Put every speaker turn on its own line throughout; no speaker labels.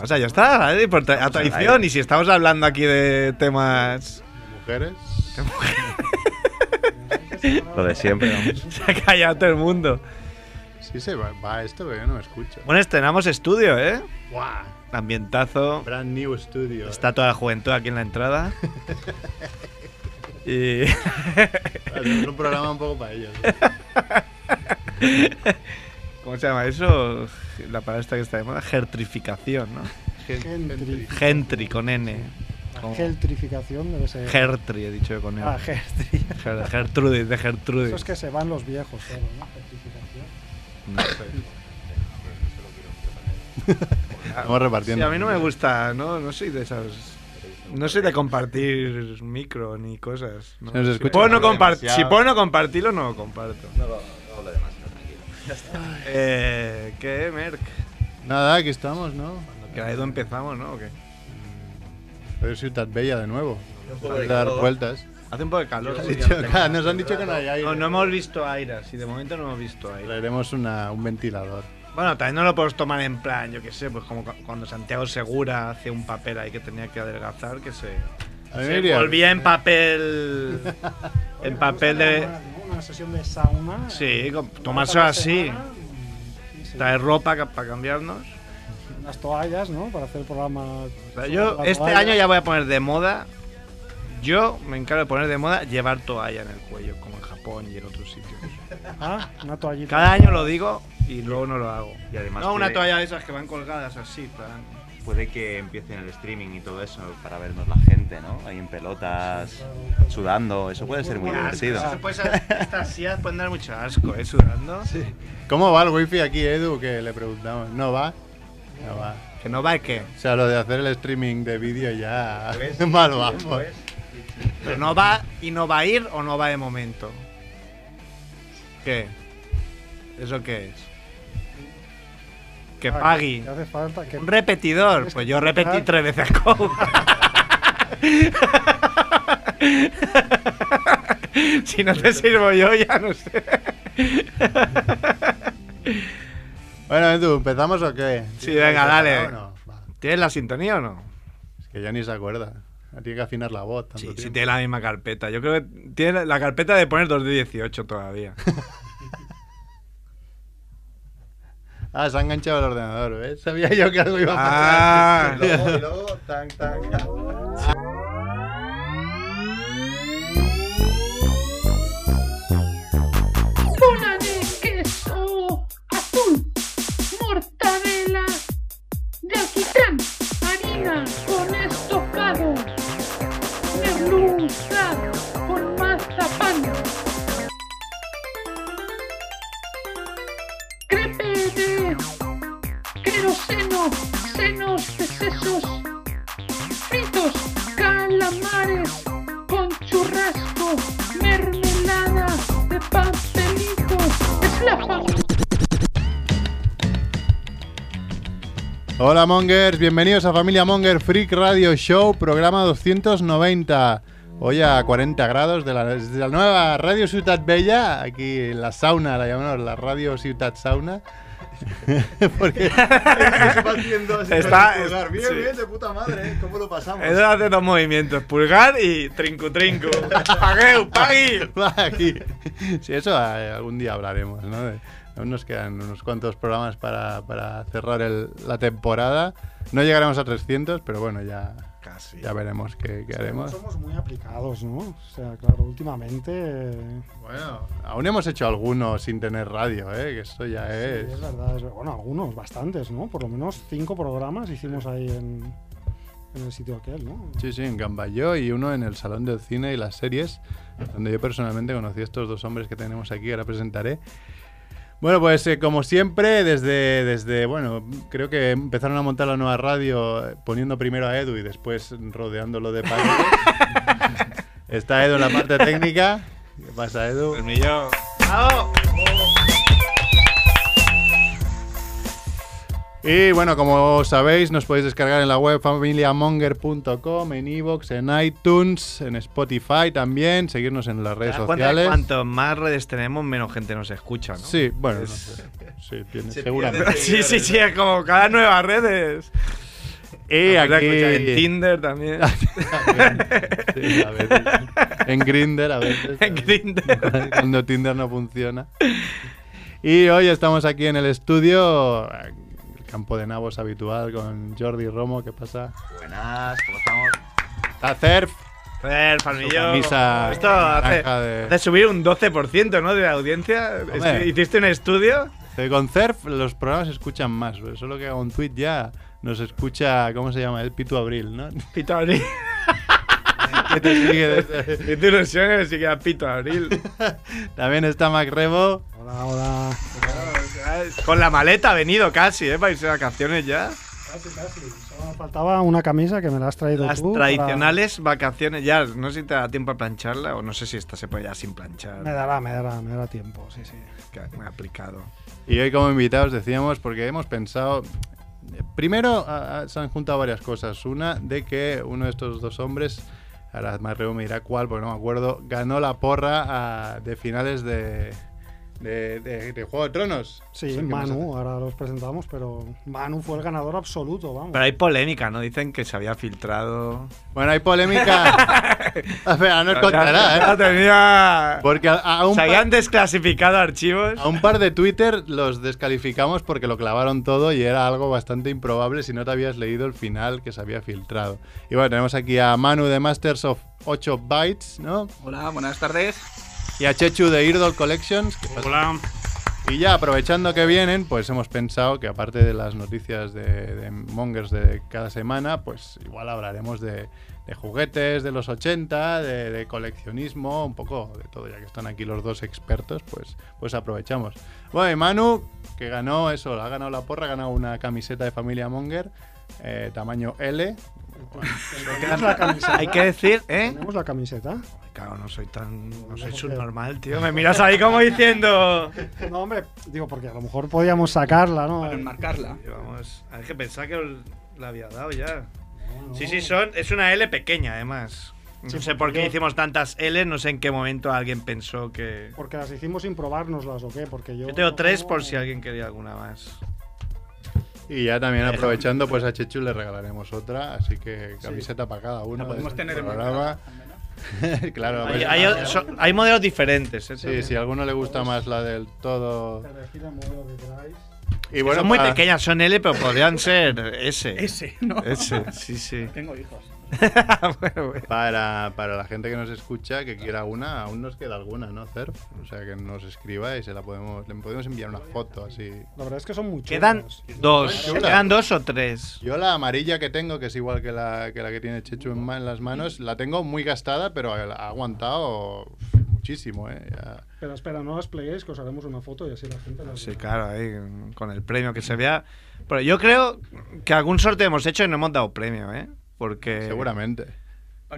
O sea, ya está, ¿eh? Por tra- a traición. Y si estamos hablando aquí de temas.
Mujeres.
Lo de siempre. vamos.
Se ha callado todo el mundo.
Sí, se va, va esto, pero yo no me escucho.
Bueno, estrenamos estudio, ¿eh?
Buah,
Ambientazo.
Brand new studio.
Está toda la juventud aquí en la entrada. Y.
Es un programa un poco para ellos. ¿eh?
¿Cómo se llama eso? La palabra esta que está de moda. Gertrificación, ¿no?
Gentry.
Gentri con N. Como-
Geltrificación debe ser.
Gertri, he dicho yo con N.
Ah, geltri.
Ger- Gertrudis, de Gertrudis.
Eso es que se van los viejos, claro, ¿no? Geltrificación.
No sé.
Estamos
Sí,
repartiendo.
a mí no me gusta, ¿no? No soy de esas. No soy de compartir micro ni cosas. ¿no?
Se nos
Si
escucha
puedo no compar-
demasiado.
si puedo no compartirlo, no lo comparto. No, demasiado, tranquilo. Eh, ¿Qué, Merck?
Nada, aquí estamos, ¿no?
¿Que ahí donde empezamos, no? ¿O qué?
Pero Ciudad Bella de nuevo. Para dar vueltas.
Hace un poco de calor.
Nos
sí.
han dicho- Nos han dicho que no hay aire.
No, no hemos visto aire, sí, de momento no hemos visto aire.
Traeremos una- un ventilador.
Bueno, también no lo podemos tomar en plan, yo qué sé, pues como cu- cuando Santiago Segura hace un papel ahí que tenía que adelgazar, que se,
A mí
se
me iría-
volvía en papel.
Oye,
en
me
papel
gusta
de.
la moda, ¿no? Una sesión de sauna. ¿eh?
Sí, con-
Una
tomárselo
cada
así.
semana, mm, sí, sí.
Traer ropa ca- para cambiarnos.
Unas toallas, ¿no? Para hacer el programa.
O sea, yo
Las
este
toallas.
año ya voy a poner de moda. Yo me encargo de poner de moda llevar toalla en el cuello, como en Japón y en otros sitios.
Ah, una toallita.
Cada año lo digo y luego no lo hago.
Y además
No, una
puede-
toalla de esas que van colgadas así. Para...
Puede que empiecen el streaming y todo eso para vernos la gente, ¿no? Ahí en pelotas,
Ah,
sudando. Eso puede ser muy
Qué asco,
divertido.
eso se puede ser- Estas sillas pueden dar mucho asco, ¿eh? Sudando.
¿Cómo va el wifi aquí, Edu? Que le preguntamos. ¿No va? No va.
Que no va que.
O sea, lo de hacer el streaming de vídeo ya. Mal vamos.
Pero no va y no va a ir o no va de momento. ¿Qué? ¿Eso qué es? Que
Ah,
pagui.
que hace falta que
Un repetidor. Pues yo repetí tres veces Cou. si no te sirvo yo, ya no sé.
Bueno, Edu, ¿empezamos o qué?
Sí, venga, dale.
¿O no? Va.
¿Tienes la sintonía o no?
Es que ya ni se acuerda. Tiene que afinar la voz. tanto
Sí, sí,
tiempo.
tiene la misma carpeta. Yo creo que tiene la- la carpeta de poner 2 de 18 todavía.
Ah, se ha enganchado el ordenador, ¿ves? Sabía yo que algo iba a
Ah.
pasar.
Luego,
tan, tan.
bola de queso azul, mortadela de alquitrán, harina con estocado, merluza con mazapán, crepe de queroseno, senos de sesos, fritos, calamares con churrasco, mermelada de pastelito, esláfago.
Hola, Mongers. Bienvenidos a Familia Monger Freak Radio Show, programa 290. Hoy a 40 grados de la, desde la nueva Radio Ciutat Bella, aquí en la sauna, la llamamos la Radio Ciutat Sauna. Porque se va haciendo
se Está- va a jugar. Bien, sí. bien,
de puta madre, ¿eh? ¿cómo lo pasamos?
Eso hace dos movimientos, pulgar y trincu trincu. Pagueu, pagui.
Va aquí. Sí, eso eh, algún día hablaremos, ¿no? De- aún nos quedan unos cuantos programas para, para cerrar el- la temporada. No llegaremos a 300, pero bueno, ya,
Casi.
ya veremos qué, qué haremos.
somos muy aplicados, ¿no? O sea, claro, últimamente. eh,
Bueno, aún hemos hecho alguno sin tener radio, ¿eh? Que esto ya
sí,
es...
es verdad, es ver- bueno, algunos, bastantes, ¿no? Por lo menos cinco programas hicimos ahí en, en el sitio aquel, ¿no?
Sí, sí, en Gambayó y uno en el Salón del Cine y las Series, donde yo personalmente conocí a estos dos hombres que tenemos aquí, ahora presentaré. Bueno, pues eh, como siempre, desde, desde, bueno, creo que empezaron a montar la nueva radio eh, poniendo primero a Edu y después rodeándolo de paneles. Está Edu en la parte técnica. ¿Qué pasa, Edu?
Colmillo. ¡Bravo!
Y bueno, como sabéis, nos podéis descargar en la web familiamonger.com, en iVoox, en iTunes, en Spotify también, seguirnos en las
¿Te
redes
das cuenta que
sociales.
Cuanto más redes tenemos, menos gente nos escucha, ¿no?
Sí, bueno, no
Es-
sé. sí, tiene- seguramente.
Sí, sí, sí, es como cada nueva redes.
Eh,
Habrá que
aquí-
escuchar En Tinder también.
Sí, a veces. En Grinder a veces.
En Grindr.
Cuando Tinder no funciona. Y hoy estamos aquí en el estudio, el campo de nabos habitual, con Jordi Romo. ¿Qué pasa?
Buenas, ¿cómo estamos?
Hacer
Joder, Palmillo.
camisa
Esto hace,
naranja de-
hace subir un 12%, ¿no? De la audiencia. Es que
Hombre.
Hiciste un estudio.
con Cerf los programas se escuchan más. pero Solo que hago un tweet ya nos escucha, ¿cómo se llama? El Pitu Abril, ¿no?
Pito Abril.
Que te sigue este? desde-
Y tu ilusión es que a Pito Abril.
También está Mac Rebo.
Hola, hola.
Con la maleta ha venido casi, ¿eh? Para irse de vacaciones ya.
Casi, casi. Solo me faltaba una camisa que me la has traído
Las
tú. para-
tradicionales vacaciones ya. No sé si te da tiempo a plancharla o no sé si esta se puede ya sin planchar.
Me dará, me dará, me dará tiempo, sí, sí.
Que me ha aplicado.
Y hoy como invitados decíamos, porque hemos pensado... Primero a- a- se han juntado varias cosas. Una de que uno de estos dos hombres, ahora más me dirá cuál, porque no me acuerdo, ganó la porra a- de finales de, de, de- de Juego de Tronos. O
Sí,
sea, ¿qué más hace?
Manu, ahora los presentamos, pero Manu fue el ganador absoluto, vamos.
Pero hay polémica, ¿no? Dicen que se había filtrado.
Bueno, hay polémica. Espera, nos
Ya
contará, ¿eh?
tenía-
Porque a, a un
Se
par-
habían desclasificado archivos.
A un par de Twitter los descalificamos porque lo clavaron todo y era algo bastante improbable si no te habías leído el final que se había filtrado. Y bueno, tenemos aquí a Manu de Masters of 8 Bytes, ¿no?
Hola, buenas tardes.
Y a Chechu de Irdol Collections. que pasa-
Hola.
Y ya aprovechando que vienen, pues hemos pensado que aparte de las noticias de, de Mongers de cada semana, pues igual hablaremos de, de juguetes de los 80, de, de coleccionismo, un poco de todo, ya que están aquí los dos expertos, pues, pues aprovechamos. Bueno, y Manu, que ganó eso, ha ganado la porra, ha ganado una camiseta de familia Monger, eh, tamaño L.
Tenemos la camiseta.
Hay que decir, ¿eh?
Tenemos la camiseta.
Claro, no soy tan. No soy subnormal, tío. Me miras ahí como diciendo.
No, hombre, digo, porque a lo mejor podíamos sacarla, ¿no?
Para enmarcarla.
Y Vamos, hay que pensar que el- la había dado ya. Sí, sí, son. Es una L pequeña, además. No
Oh. Sí,
sé por
porque
qué
yo-
hicimos tantas L, no sé en qué momento alguien pensó que.
Porque las hicimos sin probárnoslas o qué, porque yo.
Yo tengo tres por si alguien quería alguna más.
Y ya también aprovechando, pues a Chechu le regalaremos otra, así que camiseta para cada uno.
La podemos
de este
tener
programa.
enmarcada.
claro,
Hay,
pues-
hay- son- hay modelos diferentes, ¿eh?
Sí, si a alguno le gusta más la del todo. Y
Bueno, ah. son muy
pa-
pequeñas, son L, pero podrían ser S.
Ese, ¿no?
S, sí, sí.
Tengo hijos.
Bueno, bueno.
Para, para la gente que nos escucha, que quiera una, aún nos queda alguna, ¿no, Cerf? O sea, que nos escriba y se la podemos, le podemos enviar una foto así.
La verdad es que son muy
Quedan
chulas.
dos.
Chulas.
Quedan dos o tres.
Yo la amarilla que tengo, que es igual que la que, la que tiene Chechu en, ma- en las manos, la tengo muy gastada, pero ha ha aguantado muchísimo, ¿eh? Ya.
Pero espera, no las pleguéis, que os haremos una foto y así la gente las
Sí,
verá.
claro, ahí con el premio que se vea. Pero yo creo que algún sorteo hemos hecho y no hemos dado premio, ¿eh? Porque
Seguramente.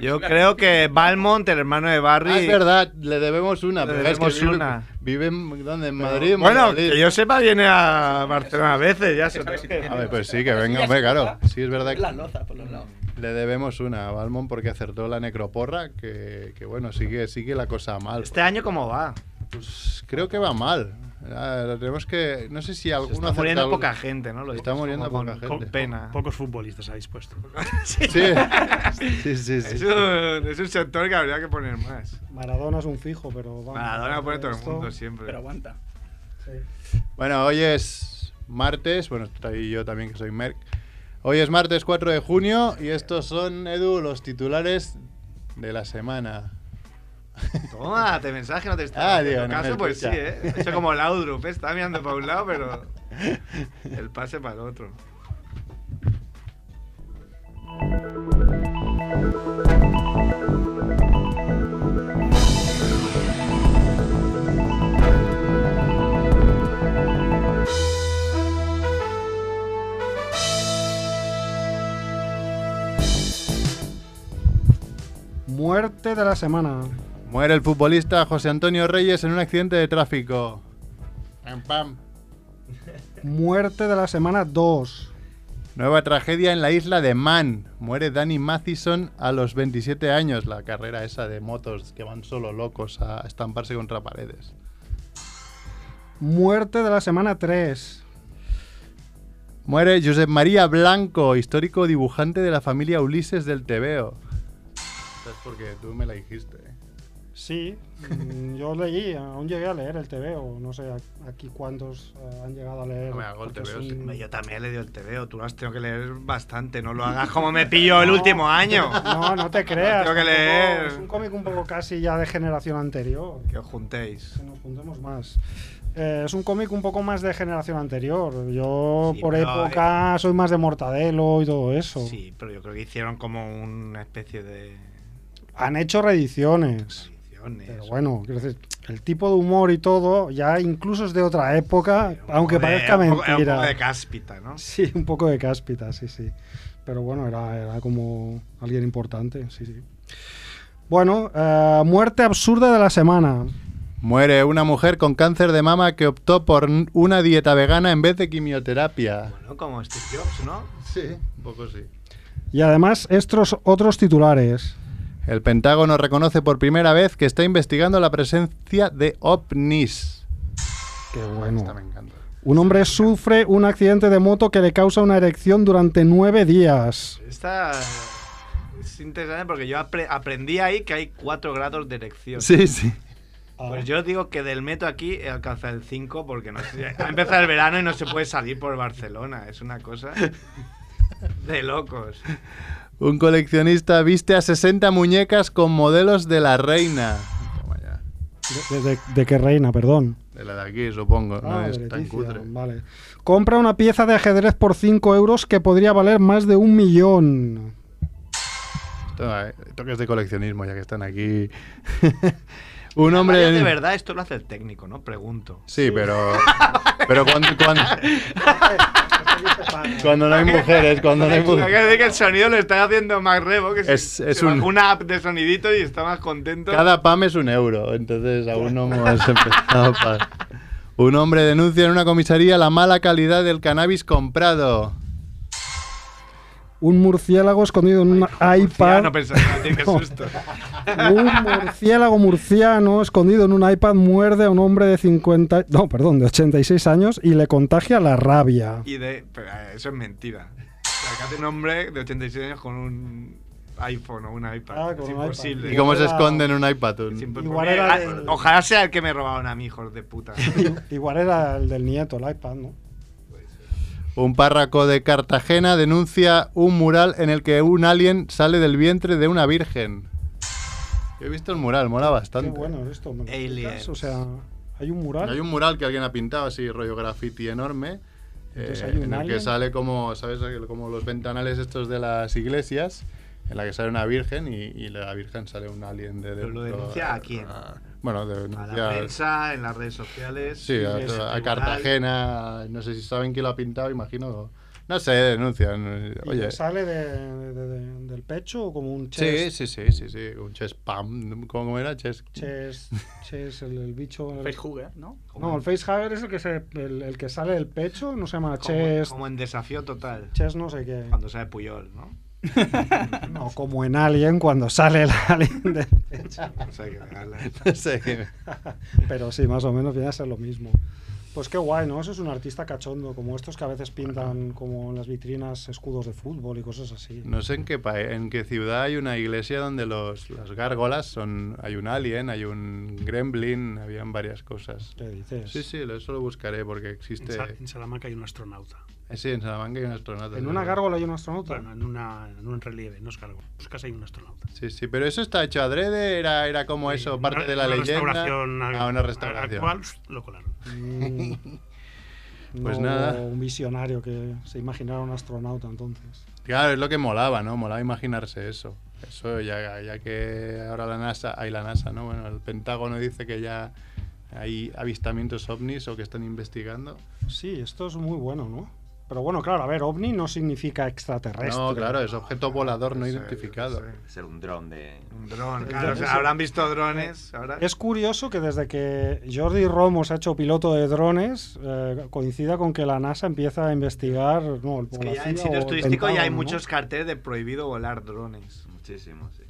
yo creo que Balmont, el hermano de Barry.
Ah, es verdad, le debemos una,
Le
pero es que
debemos
vive-
una.
Vive en, ¿dónde? ¿En Madrid? en
bueno,
Valladolid.
que yo sepa, viene a Barcelona a veces, ya se
sabes si
que-
tiene.
A ver, pues sí, que venga, hombre, claro. Sí, es verdad que...
La loza, por los lados.
Le debemos una a Balmont porque acertó la necroporra, que, que bueno, sigue, sigue la cosa mal.
Este año, ¿cómo va?
Pues creo que va mal. Ah, tenemos que. No sé si
Se
alguno
está
acerta
muriendo
algo.
poca gente, ¿no? Lo
Está
dices
muriendo
como
poca
con-
gente.
Con pena.
Pocos futbolistas habéis puesto.
Sí. sí, sí, sí.
Es un, es un sector que habría que poner más.
Maradona es un fijo, pero. Vamos,
Maradona pone todo el
esto-
mundo siempre.
Pero aguanta.
sí.
Bueno, hoy es martes. Bueno, estoy yo también que soy Merck. Hoy es martes 4 de junio y estos son, Edu, los titulares de la semana.
Toma, te mensaje no te está.
Ah,
haciendo
digo, no me
caso, pues sí,
escucha.
¿eh? Eso como Laudrup, ¿eh? está mirando para un lado, pero el pase para el otro.
Muerte de la semana.
Muere el futbolista José Antonio Reyes en un accidente de tráfico. Pam, pam.
Muerte de la semana 2.
Nueva tragedia en la isla de Man. Muere Danny Mathison a los 27 años. La carrera esa de motos que van solo locos a estamparse contra paredes.
Muerte de la semana 3.
Muere Josep María Blanco, histórico dibujante de la familia Ulises del Tebeo. Esto es porque tú me la dijiste. ¿eh?
Sí, mm, yo leí, aún llegué a leer el TV, o no sé a- aquí cuántos eh, han llegado a leer.
No me hago el
Pues
porque
TVO,
es
sí.
un-
Yo también le dio el TVO, tú lo has tenido que leer bastante, no lo hagas como me pilló el último año.
No, no te creas.
Tengo que
tampoco,
leer.
Es un cómic un poco casi ya de generación anterior.
Que os juntéis.
Que nos juntemos más. Eh, es un cómic un poco más de generación anterior. Yo
Sí,
por
pero, eh,
época soy más de Mortadelo y todo eso.
Sí, pero yo creo que hicieron como una especie de
Han hecho reediciones.
ediciones.
Pero bueno, quiero decir, el tipo de humor y todo ya incluso es de otra época,
Un
aunque
poco de-
parezca
un poco-
mentira.
Un poco de cáspita, ¿no?
Sí, un poco de cáspita, sí, sí. Pero bueno, era, era como alguien importante, sí, sí. Bueno, eh, muerte absurda de la semana.
Muere una mujer con cáncer de mama que optó por n- una dieta vegana en vez de quimioterapia.
Bueno, como Steve Jobs, ¿no?
Sí, un poco sí.
Y además estos otros titulares.
El Pentágono reconoce por primera vez que está investigando la presencia de ovnis.
Qué
Ah,
bueno.
Esta me encanta.
Un hombre sufre un accidente de moto que le causa una erección durante nueve días.
Esta es interesante porque yo apre- aprendí ahí que hay cuatro grados de erección.
Sí, sí.
Ah.
Pues yo digo que del metro aquí alcanza el 5 porque no se- ha empezado el verano y no se puede salir por Barcelona. Es una cosa de locos.
Un coleccionista viste a 60 muñecas con modelos de la reina. Toma ya.
¿De, de- de qué reina, perdón?
De la de aquí, supongo. no
Ah, de
es tan
Leticia,
cutre.
Vale. Compra una pieza de ajedrez por 5 euros que podría valer más de un millón.
Toma, eh, toques de coleccionismo, ya que están aquí. un
Vaya,
hombre.
de verdad, esto lo hace el técnico, ¿no? Pregunto.
Sí, pero. pero cuando, cuando, cuando no hay mujeres, cuando no hay
Hay que
mujeres.
decir que el sonido le está haciendo más rebo que
Es- es un-
una app de sonidito y está más contento.
Cada PAM es un euro, entonces aún no hemos empezado. pa- Un hombre denuncia en una comisaría la mala calidad del cannabis comprado.
Un murciélago escondido en un iPad.
no pensaba, tío, qué susto.
Un murciélago murciano escondido en un iPad muerde a un hombre de 50, no, perdón, de 86 años y le contagia la rabia.
Y de. Pero eh, eso es mentira. O sea, que hace un hombre de 86 años con un iPhone o un iPad.
Ah,
es
con un
imposible.
¿Y
iPad.
cómo se
Era-
esconde en un iPad?
Es
Un-
impo-
Igual
Eh,
era
ah,
el-
Ojalá sea el que me robaron a mí, hijos de puta.
Igual era el del nieto, el iPad, ¿no?
Un párraco de Cartagena denuncia un mural en el que un alien sale del vientre de una virgen. Yo he visto el mural, mola bastante.
Qué bueno es esto. ¿me lo explicas?
Aliens.
O sea, hay un mural.
Hay un mural que alguien ha pintado así, rollo graffiti enorme,
Entonces
eh,
hay un
en el que
alien.
sale como, ¿sabes? Como los ventanales estos de las iglesias, en la que sale una virgen y, y la virgen sale un alien de
¿Pero lo
dentro.
denuncia a quién?
Bueno, denuncia
A la prensa, en las redes sociales.
Ah, Sí, a,
en el
a
tribunal.
Cartagena, no sé si saben quién lo ha pintado, imagino. No sé, denuncian.
y
Oye.
le sale de- de- de- del pecho o como un
Sí,
chest.
sí, sí, sí, sí, un chess pam, ¿cómo era? Chess.
Chest, chest, el, el bicho. el-
Facehugger, ¿no?
no, el facehugger es el que, se, el, el que sale del pecho, no se llama
Como,
chest,
como en desafío total.
chest no sé qué.
Cuando sale Puyol, ¿no?
No, como en Alien cuando sale el Alien del pecho.
O sea, que regala.
No sé qué-
Pero sí, más o menos viene a ser lo mismo. Pues qué guay, ¿no? Eso es un artista cachondo, como estos que a veces pintan como en las vitrinas escudos de fútbol y cosas así.
No sé en qué, pa- en qué ciudad hay una iglesia donde los, las gárgolas son... Hay un alien, hay un gremlin, habían varias cosas.
¿Qué dices?
Sí, este- sí, lo- eso lo buscaré porque
En,
existe...
Sa- en Salamanca hay un astronauta.
eh, Sí, en Salamanca hay un astronauta.
¿En
es
una
verdad.
gárgola hay un astronauta?
Bueno, en, una, en un relieve, no es cargo. Buscas hay pues un astronauta.
Sí, sí, pero eso está hecho adrede, era, era como eso, parte de la
una
leyenda.
Restauración
Ah, una restauración.
Actual, lo colaron.
Mm,
Pues
no
nada.
hubo Un visionario que se imaginara un astronauta entonces.
Claro, es lo que molaba, ¿no? Molaba imaginarse eso. Eso ya, ya que ahora la NASA, hay la NASA, ¿no? Bueno, el Pentágono dice que ya hay avistamientos ovnis o que están investigando.
Sí, esto es muy bueno, ¿no? Pero bueno, claro, a ver, ovni no significa extraterrestre.
No, claro, es objeto volador no
Sí,
identificado.
sí.
Ser un dron de.
Un dron, claro. o sea, habrán visto drones. Ahora?
Es curioso que desde que Jordi Romo se ha hecho piloto de drones, eh, coincida con que la NASA empieza a investigar. No, el
Es que ya en
Poblacía
sitios
o
turísticos ya hay
Pentágono, ¿no?
muchos carteles de prohibido volar drones.
Muchísimo, sí.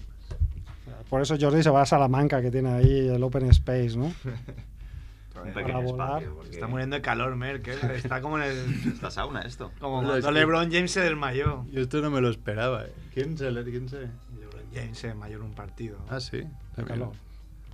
Por eso Jordi se va a Salamanca, que tiene ahí el Open Space, ¿no?
Un
Joder,
pequeño
volar.
espacio. porque
se está muriendo de calor, Merkel. Está como en el.
Esta sauna, esto.
Como
Hola,
cuando
es que-
LeBron James se desmayó.
Yo esto no me lo esperaba. eh. ¿Quién se? le- ¿Quién se?
LeBron James se desmayó en un partido.
Ah, sí.
Claro.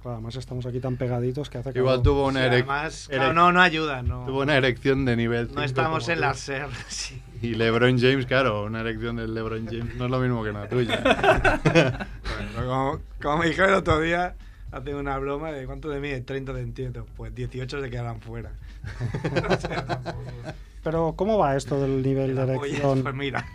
Claro, además estamos aquí tan pegaditos que hace que.
Igual tuvo
Sí,
una, erec-
además,
erec-
claro, no, no ayuda, no.
tuvo una erección de nivel 5.
No estamos en
la
la SER. sí.
Y LeBron James, claro, una erección del LeBron James no es lo mismo que una tuya.
Bueno, como, como me dijeron el otro día, hacen una broma de cuánto de mí, 30 de entiendo. Pues 18 se quedarán fuera. O sea, tampoco-
Pero, ¿cómo va esto del nivel
la
de
polla, Pues
erección?
mira.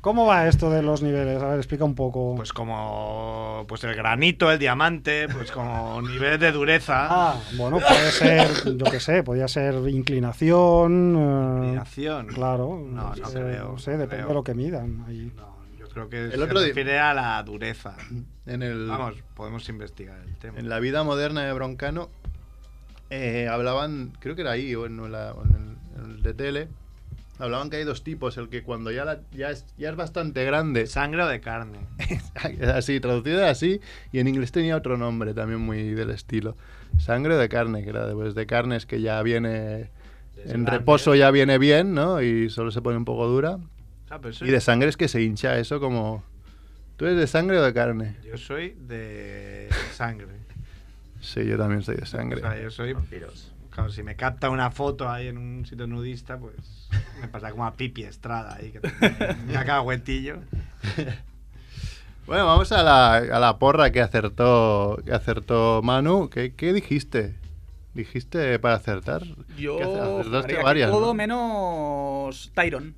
¿Cómo va esto de los niveles? A ver, explica un poco.
Pues como pues el granito, el diamante, pues como niveles de dureza.
Ah, bueno, puede ser, yo qué sé, podría ser inclinación. eh,
Inclinación.
Claro.
No, no
eh,
creo,
No sé,
no
depende
creo.
de lo que midan. Ahí.
No, yo creo que
El
se
otro día-
refiere a la dureza.
en, el,
Vamos, podemos investigar el tema.
en la vida moderna de Broncano eh, hablaban, creo que era ahí o en, la- o en el, en el de tele, hablaban que hay dos tipos, el que cuando ya, la- ya, es, ya es bastante grande,
¿De sangre o de carne?
así, traducido era así, y en inglés tenía otro nombre también muy del estilo, sangre de carne, que era de, pues, de carnes que ya viene...
Desde
En
grande.
reposo ya viene bien, ¿no? Y solo se pone un poco dura.
Ah, pero eso-
Y de sangre es que se hincha eso como... ¿Tú eres de sangre o de carne?
Yo soy de sangre.
Sí, yo también soy de
O
sangre.
Pues
sea, yo soy.
Vampiros.
Claro, si me capta una foto ahí en un sitio nudista, pues me pasa como a Pipi Estrada ahí, que me acaba huetillo.
Bueno, vamos a la, a la porra que acertó, que acertó Manu. ¿Qué, qué dijiste? ¿Dijiste para acertar?
Yo.
Que acertaste
juraría que
varias,
todo
¿no?
menos Tyron.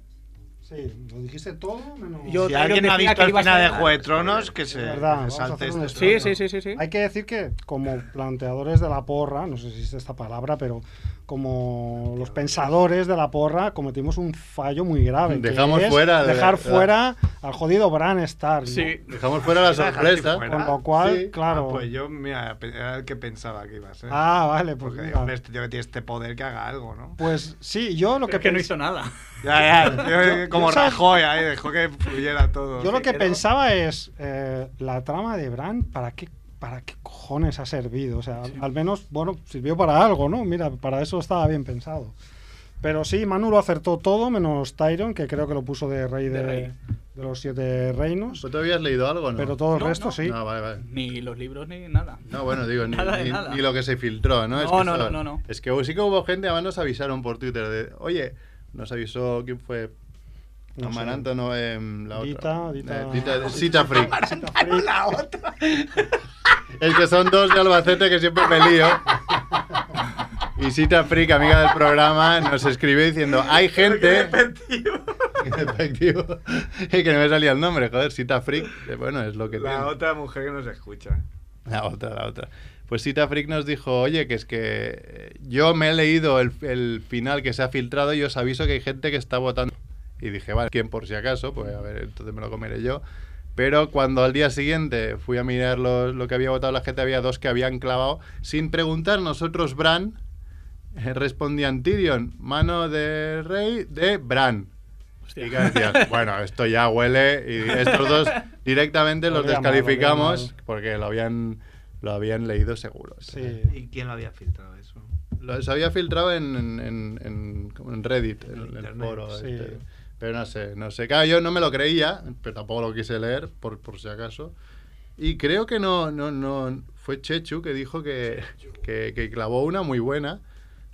Sí, lo dijiste todo menos.
Yo-
Si
Tyrion
alguien no ha
decía
visto
que
el
iba a
final de
ser-
Juego de Tronos, que se
verdad, vamos a
salte
hacer un
este
estudio.
Sí,
trono.
sí, sí, sí, sí.
Hay que decir que como planteadores de la porra, no sé si existe esta palabra, pero como los pensadores de la porra cometimos un fallo muy grave. que
Dejamos
es
fuera de-
dejar
de-
fuera al jodido Bran Stark. ¿no?
Sí.
Dejamos fuera la
Iba a dejarte
sorpresa.
fuera.
Con lo cual,
Sí.
claro.
Ah, pues yo, mira, pe- era el que pensaba que iba a ser.
Ah, vale, pues,
Porque
mira.
digo, hombre, este tío que tiene este poder que haga algo, ¿no?
Pues sí, yo lo que,
Que, que no
pens-
hizo nada.
Ya, ya, yo- como
yo sabes-
Rajoy ahí, dejó que fluyera todo.
yo lo que
pero-
pensaba es eh, la trama de Bran, ¿para qué, ¿para qué cojones ha servido? O sea, al menos, bueno, sirvió para algo, ¿no? Mira, para eso estaba bien pensado. Pero sí, Manu lo acertó todo, menos Tyron, que creo que lo puso de rey de,
De rey.
de los siete reinos.
¿Tú te habías leído algo no?
Pero todo el
No,
resto
no.
sí.
No, vale, vale.
Ni los libros ni nada.
No, bueno, digo, ni,
Nada de
ni-
nada.
ni lo que se filtró, ¿no?
No,
que
no,
eso-
no, no, no.
Es que sí que hubo gente, además nos avisaron por Twitter de, oye, nos avisó quién fue.
No sé.
Amaranto, no, em, la
Dita,
otra.
Dita-
Eh, Sita Free.
la otra.
Es que son dos de Albacete que siempre me lío. Y Sita Frick, amiga del programa, nos escribió diciendo, hay gente... Efectivo. que no me salía el nombre, joder, Sita Frick. eh, Bueno, es lo que tiene.
La otra mujer que nos escucha.
La otra, la otra. Pues Sita Frick nos dijo, oye, que es que eh, yo me he leído el, el final que se ha filtrado y os aviso que hay gente que está votando. Y dije, vale, ¿quién por si acaso? Pues a ver, entonces me lo comeré yo. Pero cuando al día siguiente fui a mirar los- lo que había votado la gente, había dos que habían clavado. Sin preguntar, nosotros, Bran, eh, respondían Tyrion, mano de rey de Bran. Y que decías, bueno, esto ya huele y estos dos directamente los
Olía mal, olía
descalificamos
mal.
porque lo habían, lo habían leído seguro.
Sí.
¿Y quién lo había filtrado eso?
Lo- se había filtrado en, en, en- en- como en Reddit, en, en el
Internet,
foro.
sí.
este. Pero no sé, no sé. Claro, yo no me lo creía, pero tampoco lo quise leer, por, por si acaso. Y creo que no, no, no. Fue Chechu que dijo que, que, que clavó una muy buena,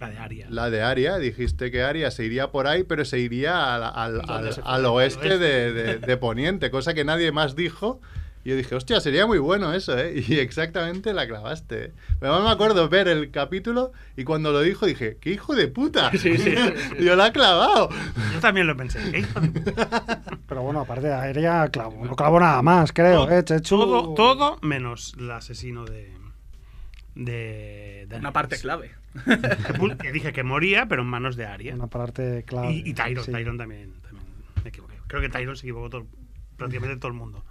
La de Aria.
la de Aria. Dijiste que Aria se iría por ahí, pero se iría al, al-
¿Dónde
al-
se fue?
al oeste de, de- de Poniente, cosa que nadie más dijo. Y yo dije, hostia, sería muy bueno eso, ¿eh? Y exactamente la clavaste. ¿eh? Pero además me acuerdo ver el capítulo y cuando lo dijo dije, ¡qué hijo de puta!
Sí, sí, sí, sí.
yo la he clavado.
Yo también lo pensé. ¿eh? ¿Qué hijo de puta?
Pero bueno, aparte de aérea, clavo, no clavo nada más, creo,
Todo-
¿eh, Chechu?
Todo, todo menos el asesino de. de. de
Una parte clave.
Bull, Que dije que moría, pero en manos de Aria.
Una parte clave.
Y, y Tyron,
sí.
Tyron también, también me equivoqué. Creo que Tyron se equivocó todo- prácticamente todo el mundo.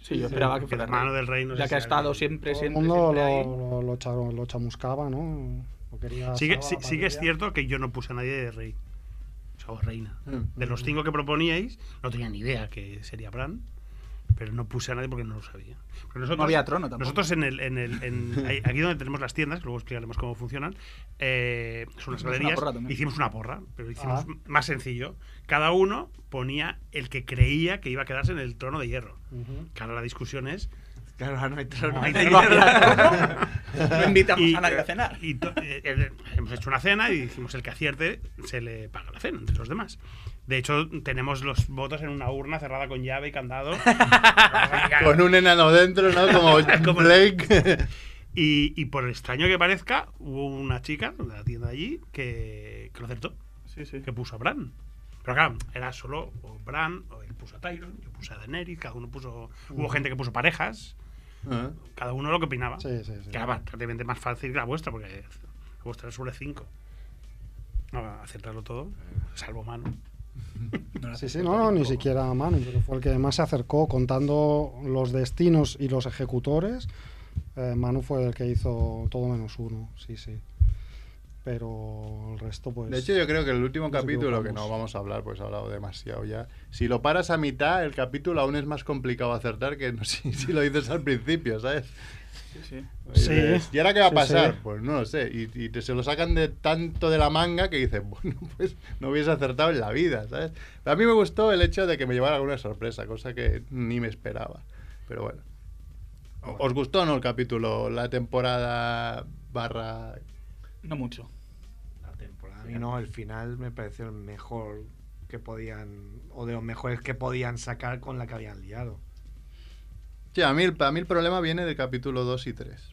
Sí, yo esperaba que
Que
fuera.
la mano
rey.
del reino.
Ya que ha estado siempre,
Todo el
siempre,
mundo
siempre ahí.
lo, lo, lo cha- lo chamuscaba, ¿no? Lo quería
Sí que,
Saba,
sí- sí que es
Padilla.
cierto que yo no puse a nadie de rey. O sea, o reina.
Mm.
De los cinco que proponíais, no tenía ni idea que sería Bran. Pero no puse a nadie porque no lo sabía. Porque nosotros,
No había trono tampoco.
Nosotros en el, en el- en- ahí- aquí donde tenemos las tiendas, que luego explicaremos cómo funcionan, eh, son
Hicimos
las
una
galerías.
porra también.
hicimos una porra, pero hicimos
Ah.
más sencillo. Cada uno ponía el que creía que iba a quedarse en el trono de hierro.
Ujú.
Que ahora la discusión es
Claro, ahora no hay trono.
No hay
Ahí tengo a- No invitamos
y-
a nadie a cenar.
y to- eh, eh, hemos hecho una cena y dijimos el que acierte se le paga la cena entre los demás. De hecho, tenemos los votos en una urna cerrada con llave y candado.
Con un enano dentro, ¿no? Como
Como-
Blake.
y, y por extraño que parezca, hubo una chica de la tienda de allí que, que lo acertó,
Sí, sí.
que puso a Bran. Pero claro, era solo o Bran, o él puso a Tyron, yo puse a Daenerys, cada uno puso... Hubo gente que puso parejas,
Ah.
cada uno lo que opinaba.
Sí, sí, sí.
Que era bastante más fácil que la vuestra, porque la vuestra era sobre 5. Acertarlo todo, salvo mano.
Sí, sí, no, no, ni siquiera a Manu, pero fue el que más se acercó contando los destinos y los ejecutores. Eh, Manu fue el que hizo todo menos uno, sí, sí. Pero el resto, pues.
De hecho, yo creo que el último
nos
capítulo, que
equivocamos.
no vamos a hablar, pues he hablado demasiado ya. Si lo paras a mitad, el capítulo aún es más complicado acertar que no- si, si lo dices al principio, ¿sabes?
sí, sí.
Y
Sí.
dices, ¿Y ahora qué va a
Sí,
pasar?
sí.
Pues no lo sé. Y, y te, se lo sacan de tanto de la manga que dices, bueno, pues no hubiese acertado en la vida, ¿sabes? Pero a mí me gustó el hecho de que me llevara alguna sorpresa, cosa que ni me esperaba. Pero bueno. O- ¿Os gustó o no el capítulo, la temporada barra...
No mucho.
La temporada. Y no, el final me pareció el mejor que podían, o de los mejores que podían sacar con la que habían liado.
Sí, a mí, el- a mí el problema viene del capítulo 2 y 3.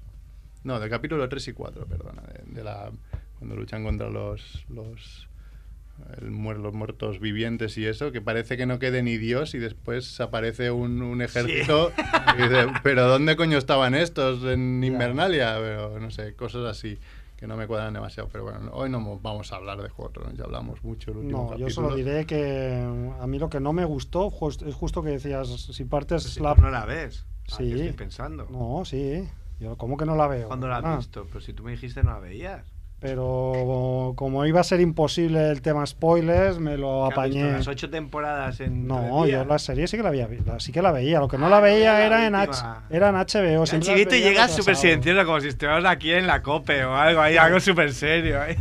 No, del capítulo 3 y 4, perdona. De, de la, cuando luchan contra los, los, el muer- los muertos vivientes y eso, que parece que no quede ni Dios y después aparece un, un ejército. y dice, Pero ¿dónde coño estaban estos? En Invernalia, pero no sé, cosas así que no me cuadran demasiado. Pero bueno, hoy no mo- vamos a hablar de Juego de Tronos, ya hablamos mucho el último
No,
capítulo.
yo solo diré que mm, a mí lo que no me gustó jus- es justo que decías, si partes
Si
la...
tú no la ves. Ah,
Sí.
yo estoy pensando.
No, sí. Yo, ¿Cómo que no la veo?
Cuando la has
Ah,
visto, pero si tú me dijiste no la veías.
Pero como iba a ser imposible el tema spoilers, me lo
¿Qué has visto?
apañé.
Las ocho temporadas en.
No,
tres días?
yo la serie sí que la, había, vi- la- sí que la veía. Lo que no
Ah,
la
no era
veía era,
la
en
última.
H- era en HBO.
Era
siempre la
chiquito y
veía
llegas
retrasado.
súper silencioso, como si estuviéramos aquí en la COPE o algo, ahí, algo súper serio. ¿eh?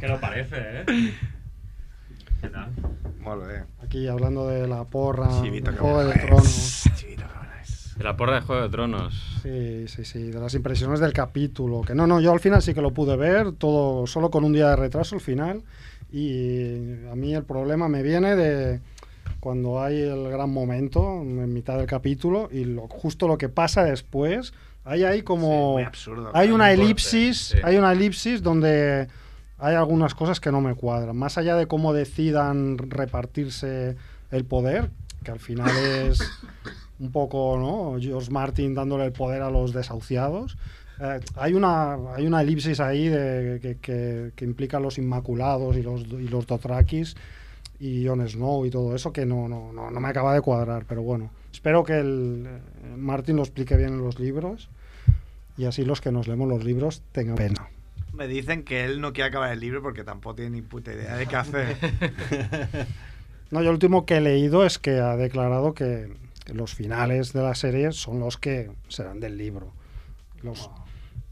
Que no parece, ¿eh? ¿Qué tal?
Molo, eh.
Aquí hablando de la porra,
Chivito que
del Ah, Juego de
mola, eh.
Tronos.
Chivito que mola, es.
De la porra de Juego de Tronos.
Sí, sí, sí, de las impresiones del capítulo. Que no, no, yo al final sí que lo pude ver, todo solo con un día de retraso al final. Y a mí el problema me viene de cuando hay el gran momento en mitad del capítulo y lo, justo lo que pasa después. Hay ahí como.
Muy absurdo.
hay
un
una
corte,
elipsis,
sí.
hay una elipsis donde hay algunas cosas que no me cuadran. Más allá de cómo decidan repartirse el poder, que al final es un poco, ¿no? George Martin dándole el poder a los desahuciados. Eh, hay, una, hay una elipsis ahí de, que, que- que implica los Inmaculados y los, y los Dothrakis y Jon Snow y todo eso que no, no, no, no me acaba de cuadrar, pero bueno. Espero que el, eh, Martin lo explique bien en los libros y así los que nos leemos los libros tengan pena.
Me dicen que él no quiere acabar el libro porque tampoco tiene ni puta idea de qué hacer.
No, yo lo último que he leído es que ha declarado que los finales de la serie son los que serán del libro. Los,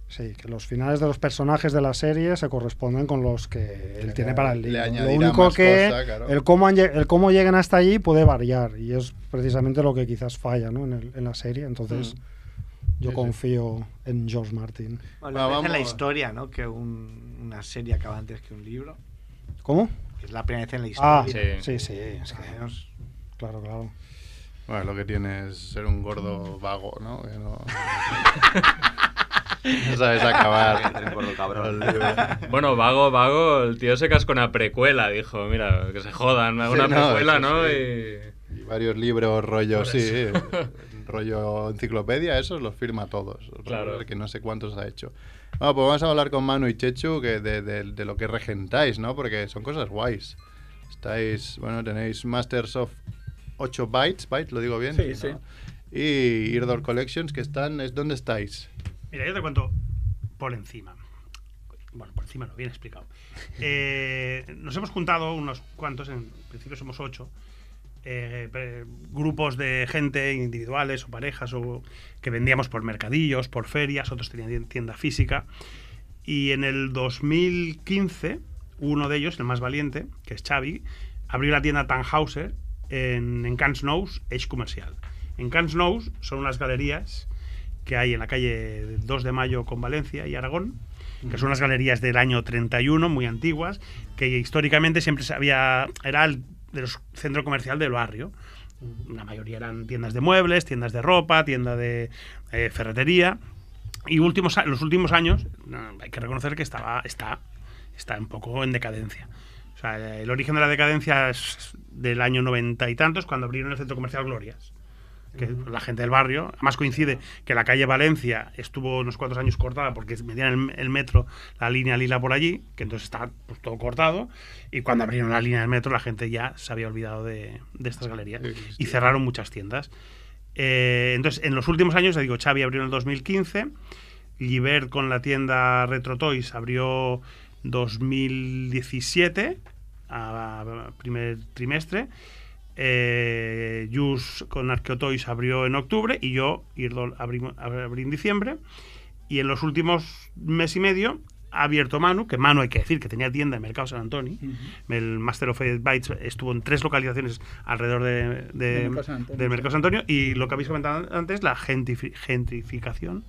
sí, que los finales de los personajes de la serie se corresponden con los que él
Le
tiene
añadi-
para el libro.
le
Lo
añadirá
único
más
que
cosa, claro.
el, cómo han lle- el cómo lleguen hasta allí puede variar y es precisamente lo que quizás falla ¿no? en, el- en la serie. Entonces yo
Mm. Sí, sí.
confío en George Martin.
Bueno,
Va,
es la
vamos.
historia, ¿no? Que un- una serie acaba antes que un libro.
¿Cómo?
Es la primera vez en la
Ah,
historia.
Sí.
sí, sí, es que-
Años.
claro, claro.
Bueno, lo que tiene es ser un gordo vago, ¿no? Que no, no sabes acabar.
El gordo cabrón.
El libro.
Bueno, vago, vago, el tío se cascó una precuela, dijo, mira, que se jodan, me hago
Sí,
una
no,
precuela,
eso
¿no?
sí.
Y-
Y varios libros, rollo,
Por
sí.
eso.
eh, rollo enciclopedia, esos los firma todos.
Claro.
Que no sé cuántos ha hecho. Bueno, pues vamos a hablar con Manu y Chechu que de, de- de lo que regentáis, ¿no? Porque son cosas guays. Estáis, bueno, tenéis Masters of 8 Bytes, Bytes, lo digo bien.
Sí, sí.
¿no? Y Irdor Collections, que están, es, ¿dónde estáis?
Mira, yo te cuento por encima. Bueno, por encima no, bien explicado. Eh, nos hemos juntado unos cuantos, en principio somos ocho, eh, pre- grupos de gente individuales o parejas o que vendíamos por mercadillos, por ferias, otros tenían tienda física. Y en el 2015, uno de ellos, el más valiente, que es Xavi, abrió la tienda Tannhauser en, en Camp Snows, Edge Comercial. En Camp Snows son unas galerías que hay en la calle 2 de Mayo con Valencia y Aragón, que son unas galerías del año 31, muy antiguas, que históricamente siempre se había, era el del centro comercial del barrio. La mayoría eran tiendas de muebles, tiendas de ropa, tienda de eh, ferretería. Y últimos, a- los últimos años, no, hay que reconocer que estaba, está, está un poco en decadencia. O sea, el origen de la decadencia es del año noventa y tantos, cuando abrieron el centro comercial Glorias que la gente del barrio. Además coincide que la calle Valencia estuvo unos cuantos años cortada porque metían el, el metro, la línea lila por allí, que entonces está pues, todo cortado. Y cuando abrieron la línea del metro, la gente ya se había olvidado de, de estas galerías y cerraron muchas tiendas. Eh, entonces, en los últimos años, ya digo, Xavi abrió en el 2015, Libert con la tienda Retro Toys abrió 2017, a- a primer trimestre. Eh, Jus con Arqueotoys abrió en octubre y yo, Irdol, abrí, abrí en diciembre. Y en los últimos mes y medio ha abierto Manu, que Manu hay que decir que tenía tienda en Mercado San Antonio. El Master of Fate Bites estuvo en tres localizaciones alrededor de, de-
De Mercado San Antonio,
del
sí.
Mercado San Antonio. Y lo que habéis comentado antes, la gentifi- gentrificación,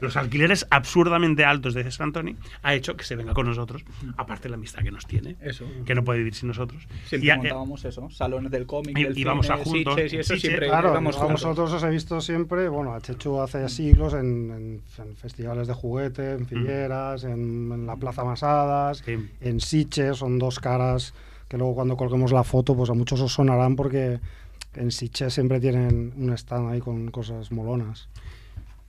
los alquileres absurdamente altos de San Antonio, ha hecho que se venga con nosotros, aparte de la amistad que nos tiene,
Eso.
que no puede vivir sin nosotros.
Siempre
Y a-
montábamos eso, salones del cómic,
y-
del
y vamos
cine,
a juntos,
Sitges y eso
Sitges.
siempre
Claro,
vamos
a
juntos.
vosotros os he visto siempre, bueno, a Chechu hace siglos en, en- en festivales de juguete, en Figueras, en, en la Plaza Masadas,
Mm. Sí.
en Siche, son dos caras que luego cuando colguemos la foto, pues a muchos os sonarán porque en Siche siempre tienen un stand ahí con cosas molonas.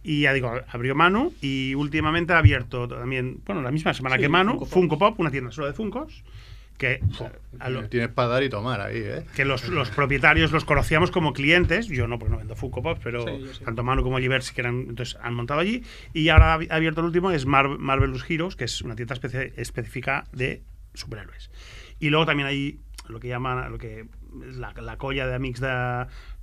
Y ya digo, abrió Manu y últimamente ha abierto también, bueno, la misma semana
Sí,
que Manu,
Funko
Funko
Pop.
Pop. una tienda solo de Funkos, que, a lo-
Tienes para dar y tomar ahí, ¿eh?
que los, los propietarios los conocíamos como clientes, yo no, porque no vendo Funko Pop, pero
Sí, yo sí.
tanto Manu como Oliver sí que eran, entonces han montado allí. Y ahora ha abi- ha abierto el último, es Mar- Marvelous Heroes, que es una tienda espe- específica de superhéroes. Y luego también hay lo que llaman, lo que es la, la colla de amics de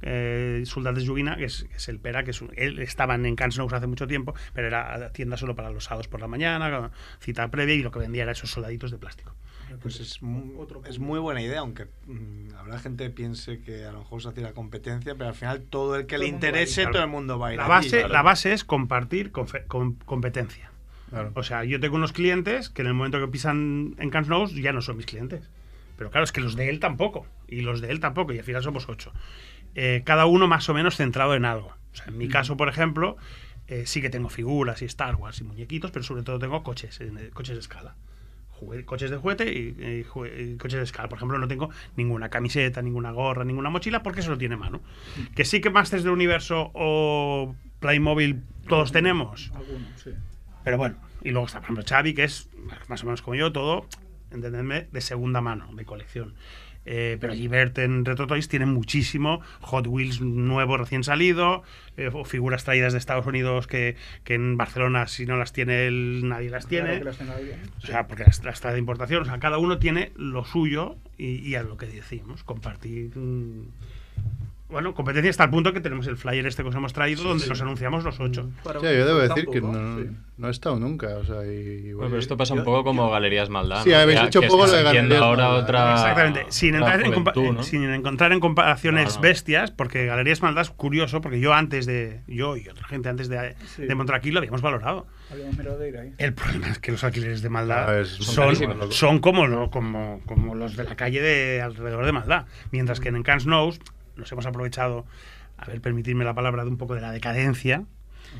eh, Soldats de Joguina, que es, que es el Pera, que es un- él estaban en Camp Snows hace mucho tiempo, pero era tienda solo para los sábados por la mañana, cita previa, y lo que vendía era esos soldaditos de plástico.
Pues es, mu- es muy buena idea, aunque mm, habrá gente que piense que a lo mejor se hace la competencia, pero al final todo el que le interese,
claro.
todo el mundo va a ir
La
allí,
base,
claro.
la base es compartir confe- con competencia.
Claro.
O sea, yo tengo unos clientes que en el momento que pisan en Camp Snows ya no son mis clientes. Pero claro, es que los de él tampoco. Y los de él tampoco. Y al final somos ocho. Eh, cada uno más o menos centrado en algo. O sea, en mi caso, por ejemplo, eh, sí que tengo figuras y Star Wars y muñequitos, pero sobre todo tengo coches, en- eh, coches de escala. Jugue- coches de juguete y, eh, jue- y coches de escala. Por ejemplo, no tengo ninguna camiseta, ninguna gorra, ninguna mochila, porque eso lo tiene mano. Que sí que Masters del Universo o Playmobil todos tenemos.
Algunos, sí.
Pero bueno, y luego está, por ejemplo, Xavi, que es más o menos como yo, todo, entendedme, de segunda mano, de colección. Eh, pero Gilbert en Retro Toys tiene muchísimo Hot Wheels nuevo recién salido, eh, o figuras traídas de Estados Unidos que, que en Barcelona si no las tiene él, nadie las
Claro
tiene.
que las ¿eh? tenga bien.
O sea, porque las, las trae de importación. O sea, cada uno tiene lo suyo y, y es lo que decimos, compartir. mm, Bueno, competencia hasta el punto que tenemos el flyer este que os hemos traído, donde nos anunciamos los ocho.
Mm.
O sea, yo debo decir que no, no he estado nunca. O sea, y, y-
Bueno, pero esto pasa un poco como Galerías Maldad.
Sí,
¿no?
habéis
Ya
hecho
que
poco
estás
lo de
haciendo
Galerías
ahora
Maldad.
otra.
Exactamente. Sin
otra
entrar, en, compa-
juventud,
eh,
¿no? Ah,
en- sin encontrar en comparaciones
Claro.
bestias, porque Galerías Maldad es curioso, porque yo antes de. Yo y otra gente antes de,
Sí.
de montar aquí lo habíamos valorado.
Habíamos mirado de ir ahí.
El problema es que los alquileres de maldad
Ah, es- son carísimos,
son,
loco.
son como, lo- como, como los de la calle de alrededor de maldad. Mientras que en Camp Snows nos hemos aprovechado, a ver, permitirme la palabra, de un poco de la decadencia.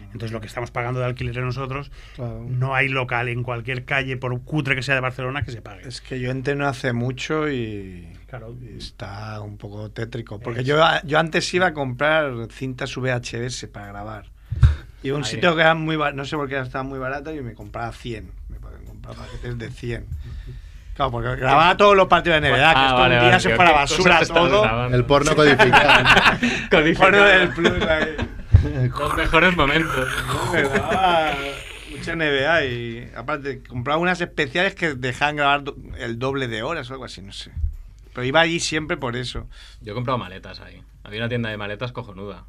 Entonces lo que estamos pagando de alquileres nosotros,
Claro.
no hay local en cualquier calle, por cutre que sea de Barcelona, que se pague.
Es que yo entré no hace mucho y
Claro.
y está un poco tétrico.
Eh,
Porque yo, yo antes iba a comprar cintas VHS para grabar. Y un
Ah,
Ahí.
sitio que era muy ba- no sé por qué estaba muy barato y me compraba 100. Me compraba paquetes de 100. Claro, porque grababa todos los partidos de NBA, que
Eh, Ah,
esto
vale,
un día
vale,
se
tío,
fue a la
¿qué
basura
cosas estás
todo.
grabando?
El porno codificado.
Codificado.
Bueno, del plus ahí.
Los mejores momentos.
Me grababa mucha NBA y aparte compraba unas especiales que dejaban grabar do- el doble de horas o algo así, no sé. Pero iba allí siempre por eso.
Yo he comprado maletas ahí. Había una tienda de maletas cojonuda.